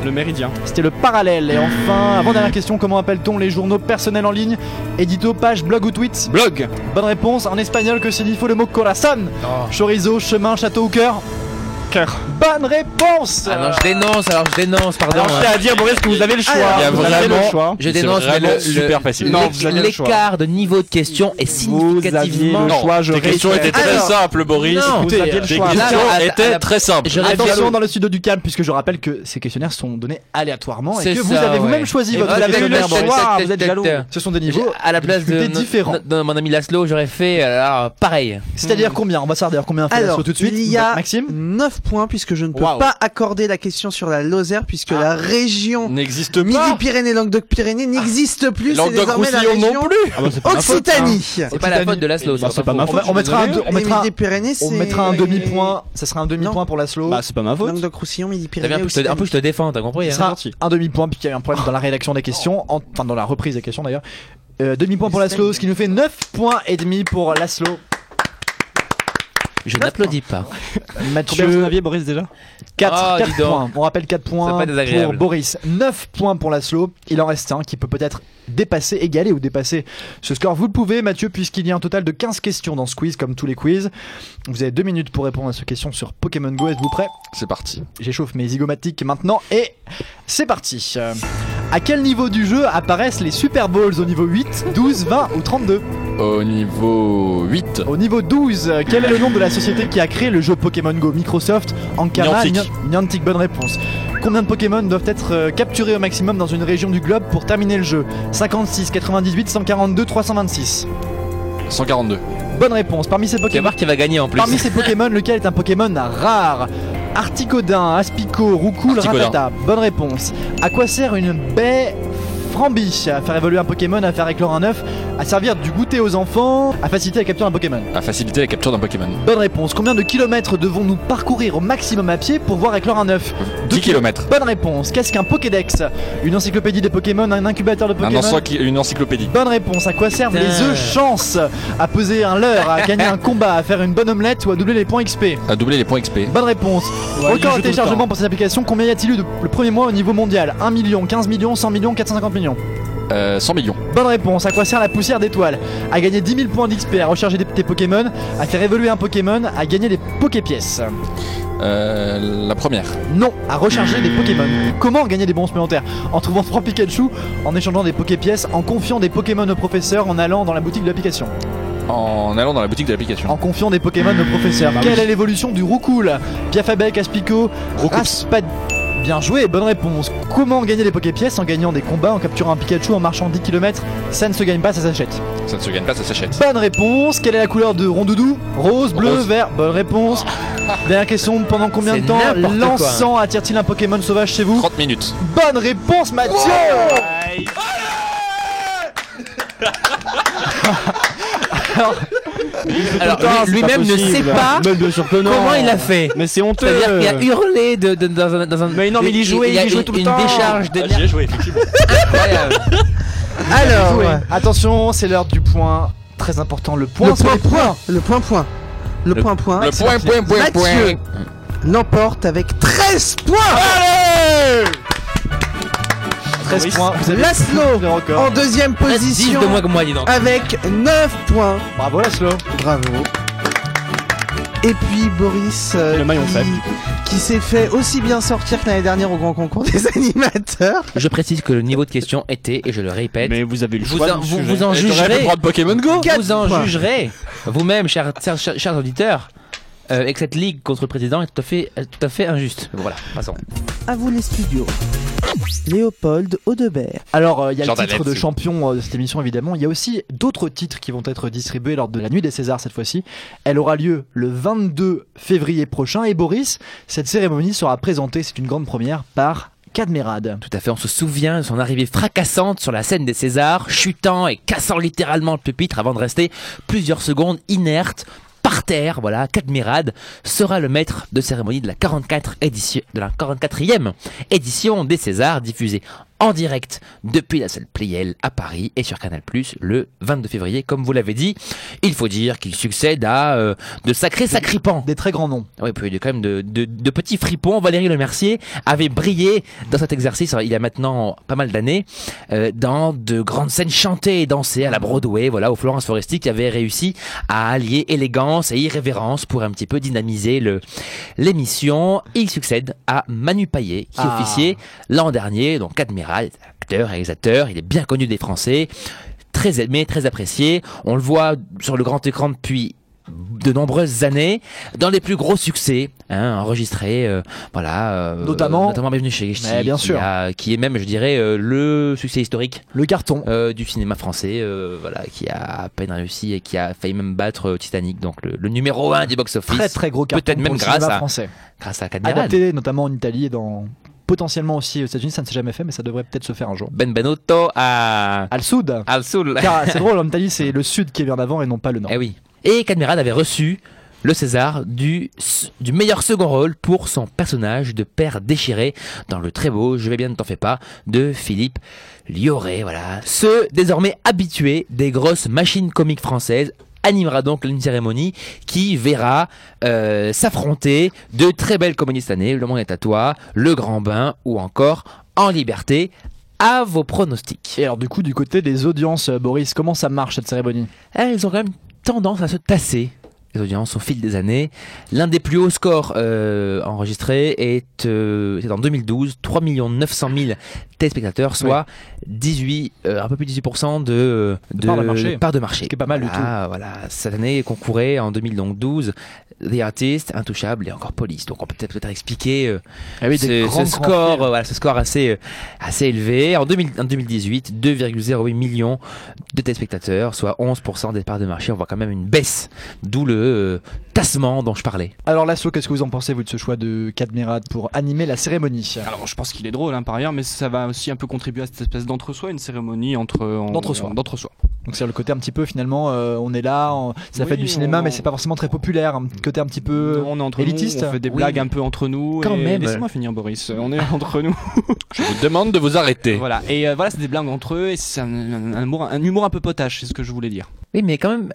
Speaker 8: Le méridien.
Speaker 6: C'était le parallèle. Et enfin, avant-dernière question, comment appelle-t-on les journaux personnels en ligne Édito, page, blog ou tweet
Speaker 8: Blog.
Speaker 6: Bonne réponse. En espagnol, que signifie le mot corazón Chorizo, chemin, château ou cœur
Speaker 8: Cœur.
Speaker 6: Bonne réponse
Speaker 7: Ah non, je dénonce, alors je dénonce, pardon.
Speaker 8: Alors, je
Speaker 7: hein.
Speaker 8: tiens à dire, Boris, que vous avez le choix.
Speaker 7: Alors,
Speaker 9: Il y a
Speaker 8: vous avez
Speaker 9: vraiment-
Speaker 8: le choix.
Speaker 7: Je
Speaker 9: C'est
Speaker 7: dénonce, mais
Speaker 9: vraiment
Speaker 7: le,
Speaker 9: super facile.
Speaker 7: le-
Speaker 8: Non, vous aviez le choix.
Speaker 7: l'écart de niveau de question est
Speaker 8: Vous aviez
Speaker 7: significativement.
Speaker 8: le
Speaker 6: ah,
Speaker 8: choix. Je
Speaker 9: Tes questions étaient
Speaker 8: réitère.
Speaker 9: très
Speaker 7: Alors-
Speaker 9: simples, Boris.
Speaker 7: Non,
Speaker 8: Vous aviez le
Speaker 9: Tes
Speaker 8: choix.
Speaker 7: Là,
Speaker 9: questions
Speaker 7: alors, à- à la-
Speaker 9: étaient très simples.
Speaker 7: Je réponds-
Speaker 6: Attention dans le studio du calme, puisque je rappelle que ces questionnaires sont donnés aléatoirement et
Speaker 7: C'est
Speaker 6: que vous
Speaker 7: ça,
Speaker 6: avez vous-même
Speaker 7: ouais.
Speaker 6: choisi
Speaker 7: Et
Speaker 6: votre
Speaker 7: vous avez eu le
Speaker 6: questionnaire,
Speaker 7: choix,
Speaker 6: Boris.
Speaker 7: vous
Speaker 6: Tac,
Speaker 7: êtes
Speaker 6: tac,
Speaker 7: jaloux.
Speaker 6: tac. Ce sont des
Speaker 7: J'ai-
Speaker 6: niveaux
Speaker 7: à la place de,
Speaker 6: difficultés différents.
Speaker 7: de- de mon ami Laszlo, j'aurais fait euh, alors, pareil.
Speaker 6: C'est-à-dire combien On va savoir d'ailleurs combien on fait
Speaker 3: Alors,
Speaker 6: l'assaut tout de suite. Bah,
Speaker 3: il y a
Speaker 6: Maxime
Speaker 3: 9 points puisque je ne peux
Speaker 8: Waouh.
Speaker 3: pas accorder la question sur la Lozère puisque
Speaker 9: Ah.
Speaker 3: la région
Speaker 9: N'existe pas.
Speaker 3: Midi-Pyrénées, Languedoc-Pyrénées n'existe plus. C'est désormais la
Speaker 9: Ah. Languedoc-Roussillon
Speaker 3: région
Speaker 9: non plus.
Speaker 8: Ah
Speaker 3: Occitanie.
Speaker 7: C'est pas la faute de Laszlo,
Speaker 8: Bah, c'est pas ma
Speaker 7: faux.
Speaker 6: On, va- on mettra un, on
Speaker 3: Les
Speaker 6: mettra,
Speaker 3: Midi-Pyrénées,
Speaker 6: on
Speaker 3: c'est-
Speaker 6: mettra un demi-point. Ça sera un demi-point
Speaker 3: Non.
Speaker 6: pour Laszlo.
Speaker 8: Bah, c'est pas ma faute.
Speaker 3: Languedoc-Roussillon,
Speaker 7: Ça vient
Speaker 3: Midi-Pyrénées.
Speaker 7: un peu- je te- Un peu, je te défends, t'as compris
Speaker 6: Ce
Speaker 7: hein.
Speaker 6: sera
Speaker 8: gentil.
Speaker 6: un demi-point puisqu'il y a eu un problème dans la rédaction des questions,
Speaker 3: Oh.
Speaker 6: en- enfin dans la reprise des questions d'ailleurs. Euh, demi-point pour Laszlo, ce qui nous fait 9 points et demi pour Laslo.
Speaker 7: Je n'applaudis pas.
Speaker 8: Ah, Combien vous en
Speaker 6: Mathieu,
Speaker 8: aviez, Boris, déjà
Speaker 6: 4,
Speaker 7: Ah, dis donc.
Speaker 6: points. On rappelle 4 points
Speaker 7: pas
Speaker 6: pour
Speaker 7: désagréable.
Speaker 6: Boris, 9 points pour Laszlo. Il en reste un qui peut peut-être dépasser, égaler ou dépasser ce score. Vous le pouvez, Mathieu, puisqu'il y a un total de 15 questions dans ce quiz, comme tous les quiz. Vous avez 2 minutes pour répondre à ces questions sur Pokémon Go. Êtes-vous prêts
Speaker 9: C'est parti.
Speaker 6: J'échauffe mes zygomatiques maintenant et c'est parti. Euh, à quel niveau du jeu apparaissent les Super Bowls Au niveau 8, 12, 20 ou 32
Speaker 9: Au niveau 8.
Speaker 6: Au niveau 12, euh, quel est le nom de la société qui a créé le jeu Pokémon Go Microsoft, Ankama,
Speaker 9: Niantic.
Speaker 6: Nian- Niantic, bonne réponse. Combien de Pokémon doivent être euh, capturés au maximum dans une région du globe pour terminer le jeu 56, 98, 142, 326.
Speaker 9: 142.
Speaker 6: Bonne réponse. Parmi ces
Speaker 7: Tu vas
Speaker 6: Pokémon,
Speaker 7: voir qu'il va gagner en plus.
Speaker 6: parmi ces Pokémon lequel est un Pokémon rare Articodin, Aspico, Roucoule,
Speaker 9: Articodin.
Speaker 6: Ratata. Bonne réponse. À quoi sert une baie Frambi À faire évoluer un Pokémon, à faire éclore un œuf, à servir du goûter aux enfants, à faciliter la capture d'un Pokémon.
Speaker 9: À faciliter la capture d'un Pokémon.
Speaker 6: Bonne réponse. Combien de kilomètres devons-nous parcourir au maximum à pied pour voir éclore un œuf
Speaker 9: 10
Speaker 6: Deux kilo-
Speaker 9: km.
Speaker 6: Bonne réponse. Qu'est-ce qu'un Pokédex Une encyclopédie des Pokémon, un incubateur de
Speaker 9: Un
Speaker 6: Pokémon
Speaker 9: encycl- une encyclopédie.
Speaker 6: Bonne réponse. À quoi servent
Speaker 7: Putain.
Speaker 6: les œufs chance À peser un leurre, à gagner un combat, à faire une bonne omelette ou à doubler les points XP
Speaker 9: À doubler les points XP.
Speaker 6: Bonne réponse.
Speaker 8: il y a
Speaker 6: Record
Speaker 8: tout
Speaker 6: de
Speaker 8: le
Speaker 6: téléchargement
Speaker 8: temps.
Speaker 6: pour cette application. Combien y a-t-il eu de- le premier mois au niveau mondial 1 million, 15 millions, 100 millions, 450 millions.
Speaker 9: Euh, 100 millions.
Speaker 6: Bonne réponse. À quoi sert la poussière d'étoile À gagner 10 000 points d'XP, à recharger des, tes Pokémon, à faire évoluer un Pokémon, à gagner des Poképièces.
Speaker 9: Euh, la première.
Speaker 6: Non, à recharger des Pokémon. Comment gagner des bons supplémentaires En trouvant trois Pikachu, en échangeant des Poképièces, en confiant des Pokémon au professeur, en allant dans la boutique de l'application.
Speaker 9: En allant dans la boutique de l'application.
Speaker 6: En confiant des Pokémon au professeur.
Speaker 7: Bah
Speaker 6: Quelle est l'évolution du Roucoule Piafabec, Aspico, Raspad... Bien joué, bonne réponse. Comment gagner des Poképièces En gagnant des combats, en capturant un Pikachu, en marchant 10 km. Ça ne se gagne pas, ça s'achète.
Speaker 9: Ça ne se gagne pas, ça s'achète.
Speaker 6: Bonne réponse. Quelle est la couleur de Rondoudou Rose, bleu,
Speaker 9: Rose.
Speaker 6: vert. Bonne réponse. Dernière question, pendant combien de
Speaker 7: C'est
Speaker 6: temps
Speaker 7: n'importe quoi.
Speaker 6: l'encens attire-t-il un Pokémon sauvage chez vous
Speaker 9: 30 minutes.
Speaker 6: Bonne réponse Mathieu Alors,
Speaker 7: Alors,
Speaker 8: Putain, c'est
Speaker 7: lui- lui-même ne
Speaker 8: possible.
Speaker 7: sait pas
Speaker 8: Mais bien sûr que non.
Speaker 7: comment il a fait.
Speaker 8: Mais c'est honteux.
Speaker 7: C'est-à-dire qu'il a hurlé de, de- dans, un, dans un-
Speaker 8: Mais non, mais il y jouait,
Speaker 7: a
Speaker 8: il y jouait
Speaker 7: une-
Speaker 8: tout le
Speaker 7: une
Speaker 8: temps.
Speaker 7: décharge de
Speaker 9: ai joué, effectivement.
Speaker 7: incroyable.
Speaker 6: alors attention, c'est l'heure du point très important, le point
Speaker 3: Le
Speaker 6: sur
Speaker 3: point
Speaker 6: les points.
Speaker 3: point. Le point point. Le point point.
Speaker 9: Le point, point, point,
Speaker 3: Mathieu
Speaker 9: point.
Speaker 3: l'emporte avec 13 points.
Speaker 6: 13 points, vous avez
Speaker 3: Laszlo
Speaker 6: le record.
Speaker 3: en deuxième position
Speaker 7: de moins que moi, dis donc.
Speaker 3: avec 9 points.
Speaker 6: Oh, Bravo Laszlo
Speaker 3: Bravo. Et puis Boris euh,
Speaker 8: Le maillon
Speaker 3: qui,
Speaker 8: faible.
Speaker 3: qui s'est fait aussi bien sortir que l'année dernière au grand concours des animateurs.
Speaker 7: Je précise que le niveau de question était, et je le répète,
Speaker 8: Mais vous avez le
Speaker 7: vous
Speaker 8: choix.
Speaker 7: en,
Speaker 8: du
Speaker 7: vous,
Speaker 8: sujet.
Speaker 7: vous en
Speaker 9: Et t'aurais pu
Speaker 7: jugerez,
Speaker 9: prendre Pokémon Go
Speaker 7: vous en
Speaker 3: points.
Speaker 7: jugerez vous-même, chers, chers- chers- chers auditeurs, euh, et que cette ligue contre le président est tout à fait, euh, tout à fait injuste. Voilà, passons.
Speaker 3: À vous les studios. Léopold Audebert.
Speaker 6: Alors, euh, il y a
Speaker 9: Jordan
Speaker 6: le titre de
Speaker 9: Lepsy.
Speaker 6: champion euh, de cette émission, évidemment. Il y a aussi d'autres titres qui vont être distribués lors de la nuit des Césars cette fois-ci. Elle aura lieu le 22 février prochain. Et Boris, cette cérémonie sera présentée, c'est une grande première, par Cadmerade.
Speaker 7: Tout à fait, on se souvient de son arrivée fracassante sur la scène des Césars, chutant et cassant littéralement le pupitre avant de rester plusieurs secondes inerte par terre. Voilà, Cadmirad sera le maître de cérémonie de la 44 édition, de la 44e édition des Césars diffusée en direct depuis la salle Pleyel à Paris et sur Canal+ le 22 février comme vous l'avez dit. Il faut dire qu'il succède à euh, de sacrés sacripants.
Speaker 6: Des très grands noms.
Speaker 7: Ah Oui, puis il y a quand même de, de- de petits fripons. Valérie Le Mercier avait brillé dans cet exercice hein, il y a maintenant pas mal d'années, euh, dans de grandes scènes chantées et dansées à la Broadway, voilà, au Florence Foresti, qui avait réussi à allier élégance et irrévérence pour un petit peu dynamiser le l'émission. Il succède à Manu Paillet, qui
Speaker 6: Ah.
Speaker 7: officiait l'an dernier, donc admiral, acteur, réalisateur, il est bien connu des Français, très aimé, très apprécié. On le voit sur le grand écran depuis de nombreuses années dans les plus gros succès hein, enregistrés euh, voilà euh,
Speaker 6: Notamment-
Speaker 7: notamment Bienvenue chez Ch'ti,
Speaker 6: Mais bien
Speaker 7: qui
Speaker 6: sûr.
Speaker 7: a- qui est même je dirais euh, le succès historique
Speaker 6: Le carton.
Speaker 7: euh, du cinéma français, euh, voilà, qui a à peine réussi et qui a failli même battre euh, Titanic, donc le, le numéro 1 du box-office,
Speaker 6: Très très gros carton.
Speaker 7: Peut-être
Speaker 6: pour
Speaker 7: même
Speaker 6: le cinéma
Speaker 7: grâce à-
Speaker 6: français.
Speaker 7: grâce à Cadmiral.
Speaker 6: Adapté notamment en Italie et dans potentiellement aussi aux États-Unis, ça ne s'est jamais fait, mais ça devrait peut-être se faire un jour.
Speaker 7: Benvenuto Ben à
Speaker 6: Al Sud.
Speaker 7: Al Sud.
Speaker 6: Car c'est drôle, en Italie, c'est le Sud qui est bien avant et non pas le Nord.
Speaker 7: Eh oui. Et Cadmerad avait reçu le César du, du meilleur second rôle pour son personnage de père déchiré dans le très beau Je vais bien ne t'en fais pas de Philippe Lioré. Voilà. Ce désormais habitué des grosses machines comiques françaises animera donc une cérémonie qui verra euh, s'affronter de très belles comédies cette année, Le Monde est à toi, Le Grand Bain ou encore En Liberté. À vos pronostics.
Speaker 6: Et alors du coup, du côté des audiences, euh, Boris, comment ça marche cette cérémonie
Speaker 7: Eh, elles ont quand même tendance à se tasser. Les audiences au fil des années. L'un des plus hauts scores euh, enregistrés est, euh, c'est en 2012, 3 900 000 téléspectateurs, soit 18, euh, un peu plus de 18% de, de,
Speaker 6: part de marché.
Speaker 7: part de marché.
Speaker 6: Ce qui est pas mal du
Speaker 7: Voilà, Voilà, cette année concourait en 2012 The Artist, Intouchable et encore Police. Donc on peut peut-être peut expliquer euh,
Speaker 6: Ah oui, des
Speaker 7: ce,
Speaker 6: grands,
Speaker 7: ce
Speaker 6: grands
Speaker 7: score,
Speaker 6: films.
Speaker 7: euh, voilà, ce score assez, euh, assez élevé. En, 2000 en 2018, 2,08 millions de téléspectateurs, soit 11% des parts de marché. On voit quand même une baisse, d'où le euh, tassement dont je parlais.
Speaker 6: Alors Lasso, qu'est-ce que vous en pensez vous de ce choix de Cadmerade pour animer la cérémonie
Speaker 8: Alors je pense qu'il est drôle hein, par ailleurs, mais ça va aussi un peu contribuer à cette espèce d'entre-soi, une cérémonie entre en-
Speaker 6: D'entre-soi.
Speaker 8: d'entre-soi.
Speaker 6: Donc c'est le côté un petit peu finalement, euh, on est là, on- c'est la
Speaker 8: Oui,
Speaker 6: fête du cinéma,
Speaker 8: on-
Speaker 6: mais c'est pas forcément très populaire, un petit côté un petit peu.
Speaker 8: on est entre
Speaker 6: élitiste.
Speaker 8: nous, on fait des
Speaker 7: Oui.
Speaker 8: blagues un peu entre nous.
Speaker 7: Quand
Speaker 8: et-
Speaker 7: même.
Speaker 8: Laissez-moi finir Boris. On est entre nous.
Speaker 9: Je vous demande de vous arrêter.
Speaker 8: voilà. Et euh, voilà, c'est des blagues entre eux et c'est un, un- un humour, un humour un peu potache, c'est ce que je voulais dire.
Speaker 7: Oui, mais quand même,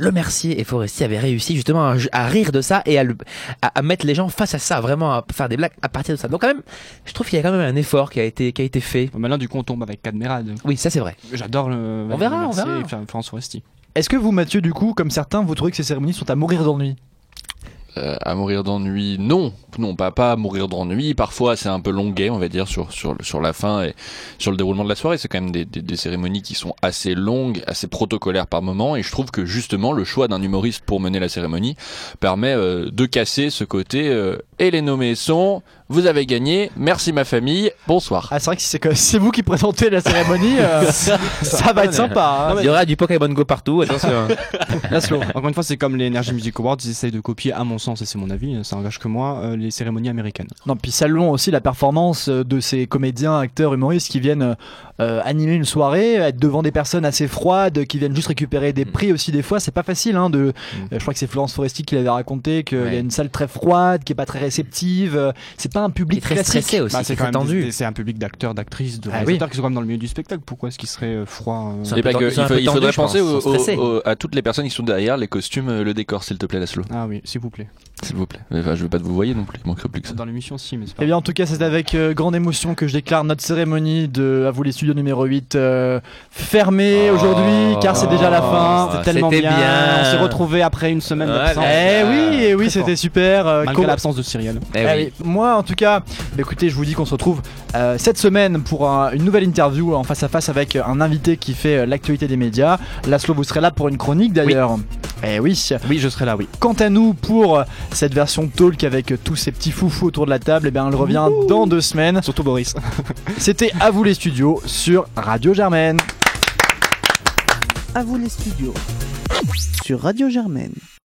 Speaker 7: Le Mercier et Forestier avaient réussi justement à, à rire de ça et à, le- à- à mettre les gens face à ça, vraiment à faire des blagues à partir de ça. Donc quand même, je trouve qu'il y a quand même un effort qui a été, qui a été fait.
Speaker 8: Maintenant, du coup, on tombe avec Cadmerade.
Speaker 7: Oui, ça c'est vrai.
Speaker 8: J'adore le.
Speaker 7: On verra,
Speaker 8: le
Speaker 7: on verra.
Speaker 8: Mercier et Fer- Florence Foresti.
Speaker 6: Est-ce que vous, Mathieu, du coup, comme certains, vous trouvez que ces cérémonies sont à mourir d'ennui
Speaker 9: Euh, à mourir d'ennui, non, non, pas pas à mourir d'ennui. Parfois, c'est un peu longuet, on va dire, sur sur le- sur la fin et sur le déroulement de la soirée. C'est quand même des, des, des cérémonies qui sont assez longues, assez protocolaires par moment. Et je trouve que justement, le choix d'un humoriste pour mener la cérémonie permet euh, de casser ce côté. euh, et les nommés sont. Vous avez gagné. Merci ma famille. Bonsoir.
Speaker 6: Ah, c'est vrai que si c'est que c'est vous qui présentez la cérémonie, euh, ça va être sympa. hein.
Speaker 7: Il y aura du Pokémon Go partout. attention.
Speaker 8: Laszlo. Encore une fois, c'est comme les Energy Music Awards, ils essayent de copier, à mon sens, et c'est mon avis, hein, ça engage que moi, euh, les cérémonies américaines.
Speaker 6: Non, puis saluons aussi la performance euh, de ces comédiens, acteurs, humoristes qui viennent euh, animer une soirée, être devant des personnes assez froides, qui viennent juste récupérer des prix aussi des fois. C'est pas facile. Hein, de... euh, je crois que c'est Florence Foresti qui l'avait raconté, qu'il y
Speaker 7: Ouais.
Speaker 6: a une salle très froide, qui est pas très réceptive. euh, C'est pas un
Speaker 7: Il est
Speaker 6: public
Speaker 7: très
Speaker 6: classique.
Speaker 7: stressé aussi,
Speaker 8: Bah,
Speaker 7: c'est très
Speaker 8: quand même des-
Speaker 7: tendu.
Speaker 8: des- C'est un public d'acteurs, d'actrices, de
Speaker 6: Ah oui.
Speaker 8: réalisateurs qui sont quand même dans le milieu du spectacle. Pourquoi est-ce qu'ils seraient euh, froids euh,
Speaker 7: C'est un
Speaker 9: Et
Speaker 7: peu
Speaker 9: pas
Speaker 7: ten-
Speaker 9: que-
Speaker 7: ils sont un
Speaker 9: il, faut-
Speaker 7: peu
Speaker 9: il faudrait
Speaker 7: tendus, je
Speaker 9: penser
Speaker 7: pense, ils sont
Speaker 9: au- au-
Speaker 7: stressés.
Speaker 9: au- à toutes les personnes qui sont derrière les costumes, euh, le décor, s'il te plaît, Laszlo.
Speaker 8: Ah oui, s'il vous plaît.
Speaker 9: S'il vous plaît. Enfin, je veux pas que vous voyez non plus. Il manquerait plus que ça.
Speaker 8: Dans l'émission, si, mais c'est pas.
Speaker 6: Eh bien, en tout cas, c'est avec euh, grande émotion que je déclare notre cérémonie de à vous les studios numéro 8 euh, fermée
Speaker 7: Oh,
Speaker 6: aujourd'hui, car c'est déjà la fin.
Speaker 7: oh,
Speaker 6: C'était tellement
Speaker 7: c'était
Speaker 6: bien.
Speaker 7: bien.
Speaker 6: On s'est retrouvés.
Speaker 8: retrouvé après une semaine
Speaker 7: Voilà.
Speaker 8: d'absence.
Speaker 6: Eh oui, eh oui,
Speaker 8: Très fort.
Speaker 6: c'était super. euh,
Speaker 8: Malgré
Speaker 6: con-
Speaker 8: l'absence de Cyril.
Speaker 7: Eh
Speaker 6: Ah
Speaker 7: oui.
Speaker 6: oui. Moi, en tout cas, bah, écoutez, je vous dis qu'on se retrouve euh, cette semaine pour un- une nouvelle interview en face à face avec un invité qui fait euh, l'actualité des médias. Laszlo, vous serez là pour une chronique d'ailleurs. Eh oui.
Speaker 8: Oui, je serai là, oui.
Speaker 6: Quant à nous, pour euh, cette version talk avec euh, tous ces petits foufous autour de la table, eh bien, elle revient dans deux semaines.
Speaker 8: Surtout Boris.
Speaker 6: C'était à vous les studios sur Radio Germaine.
Speaker 3: À vous les studios. Sur Radio Germaine.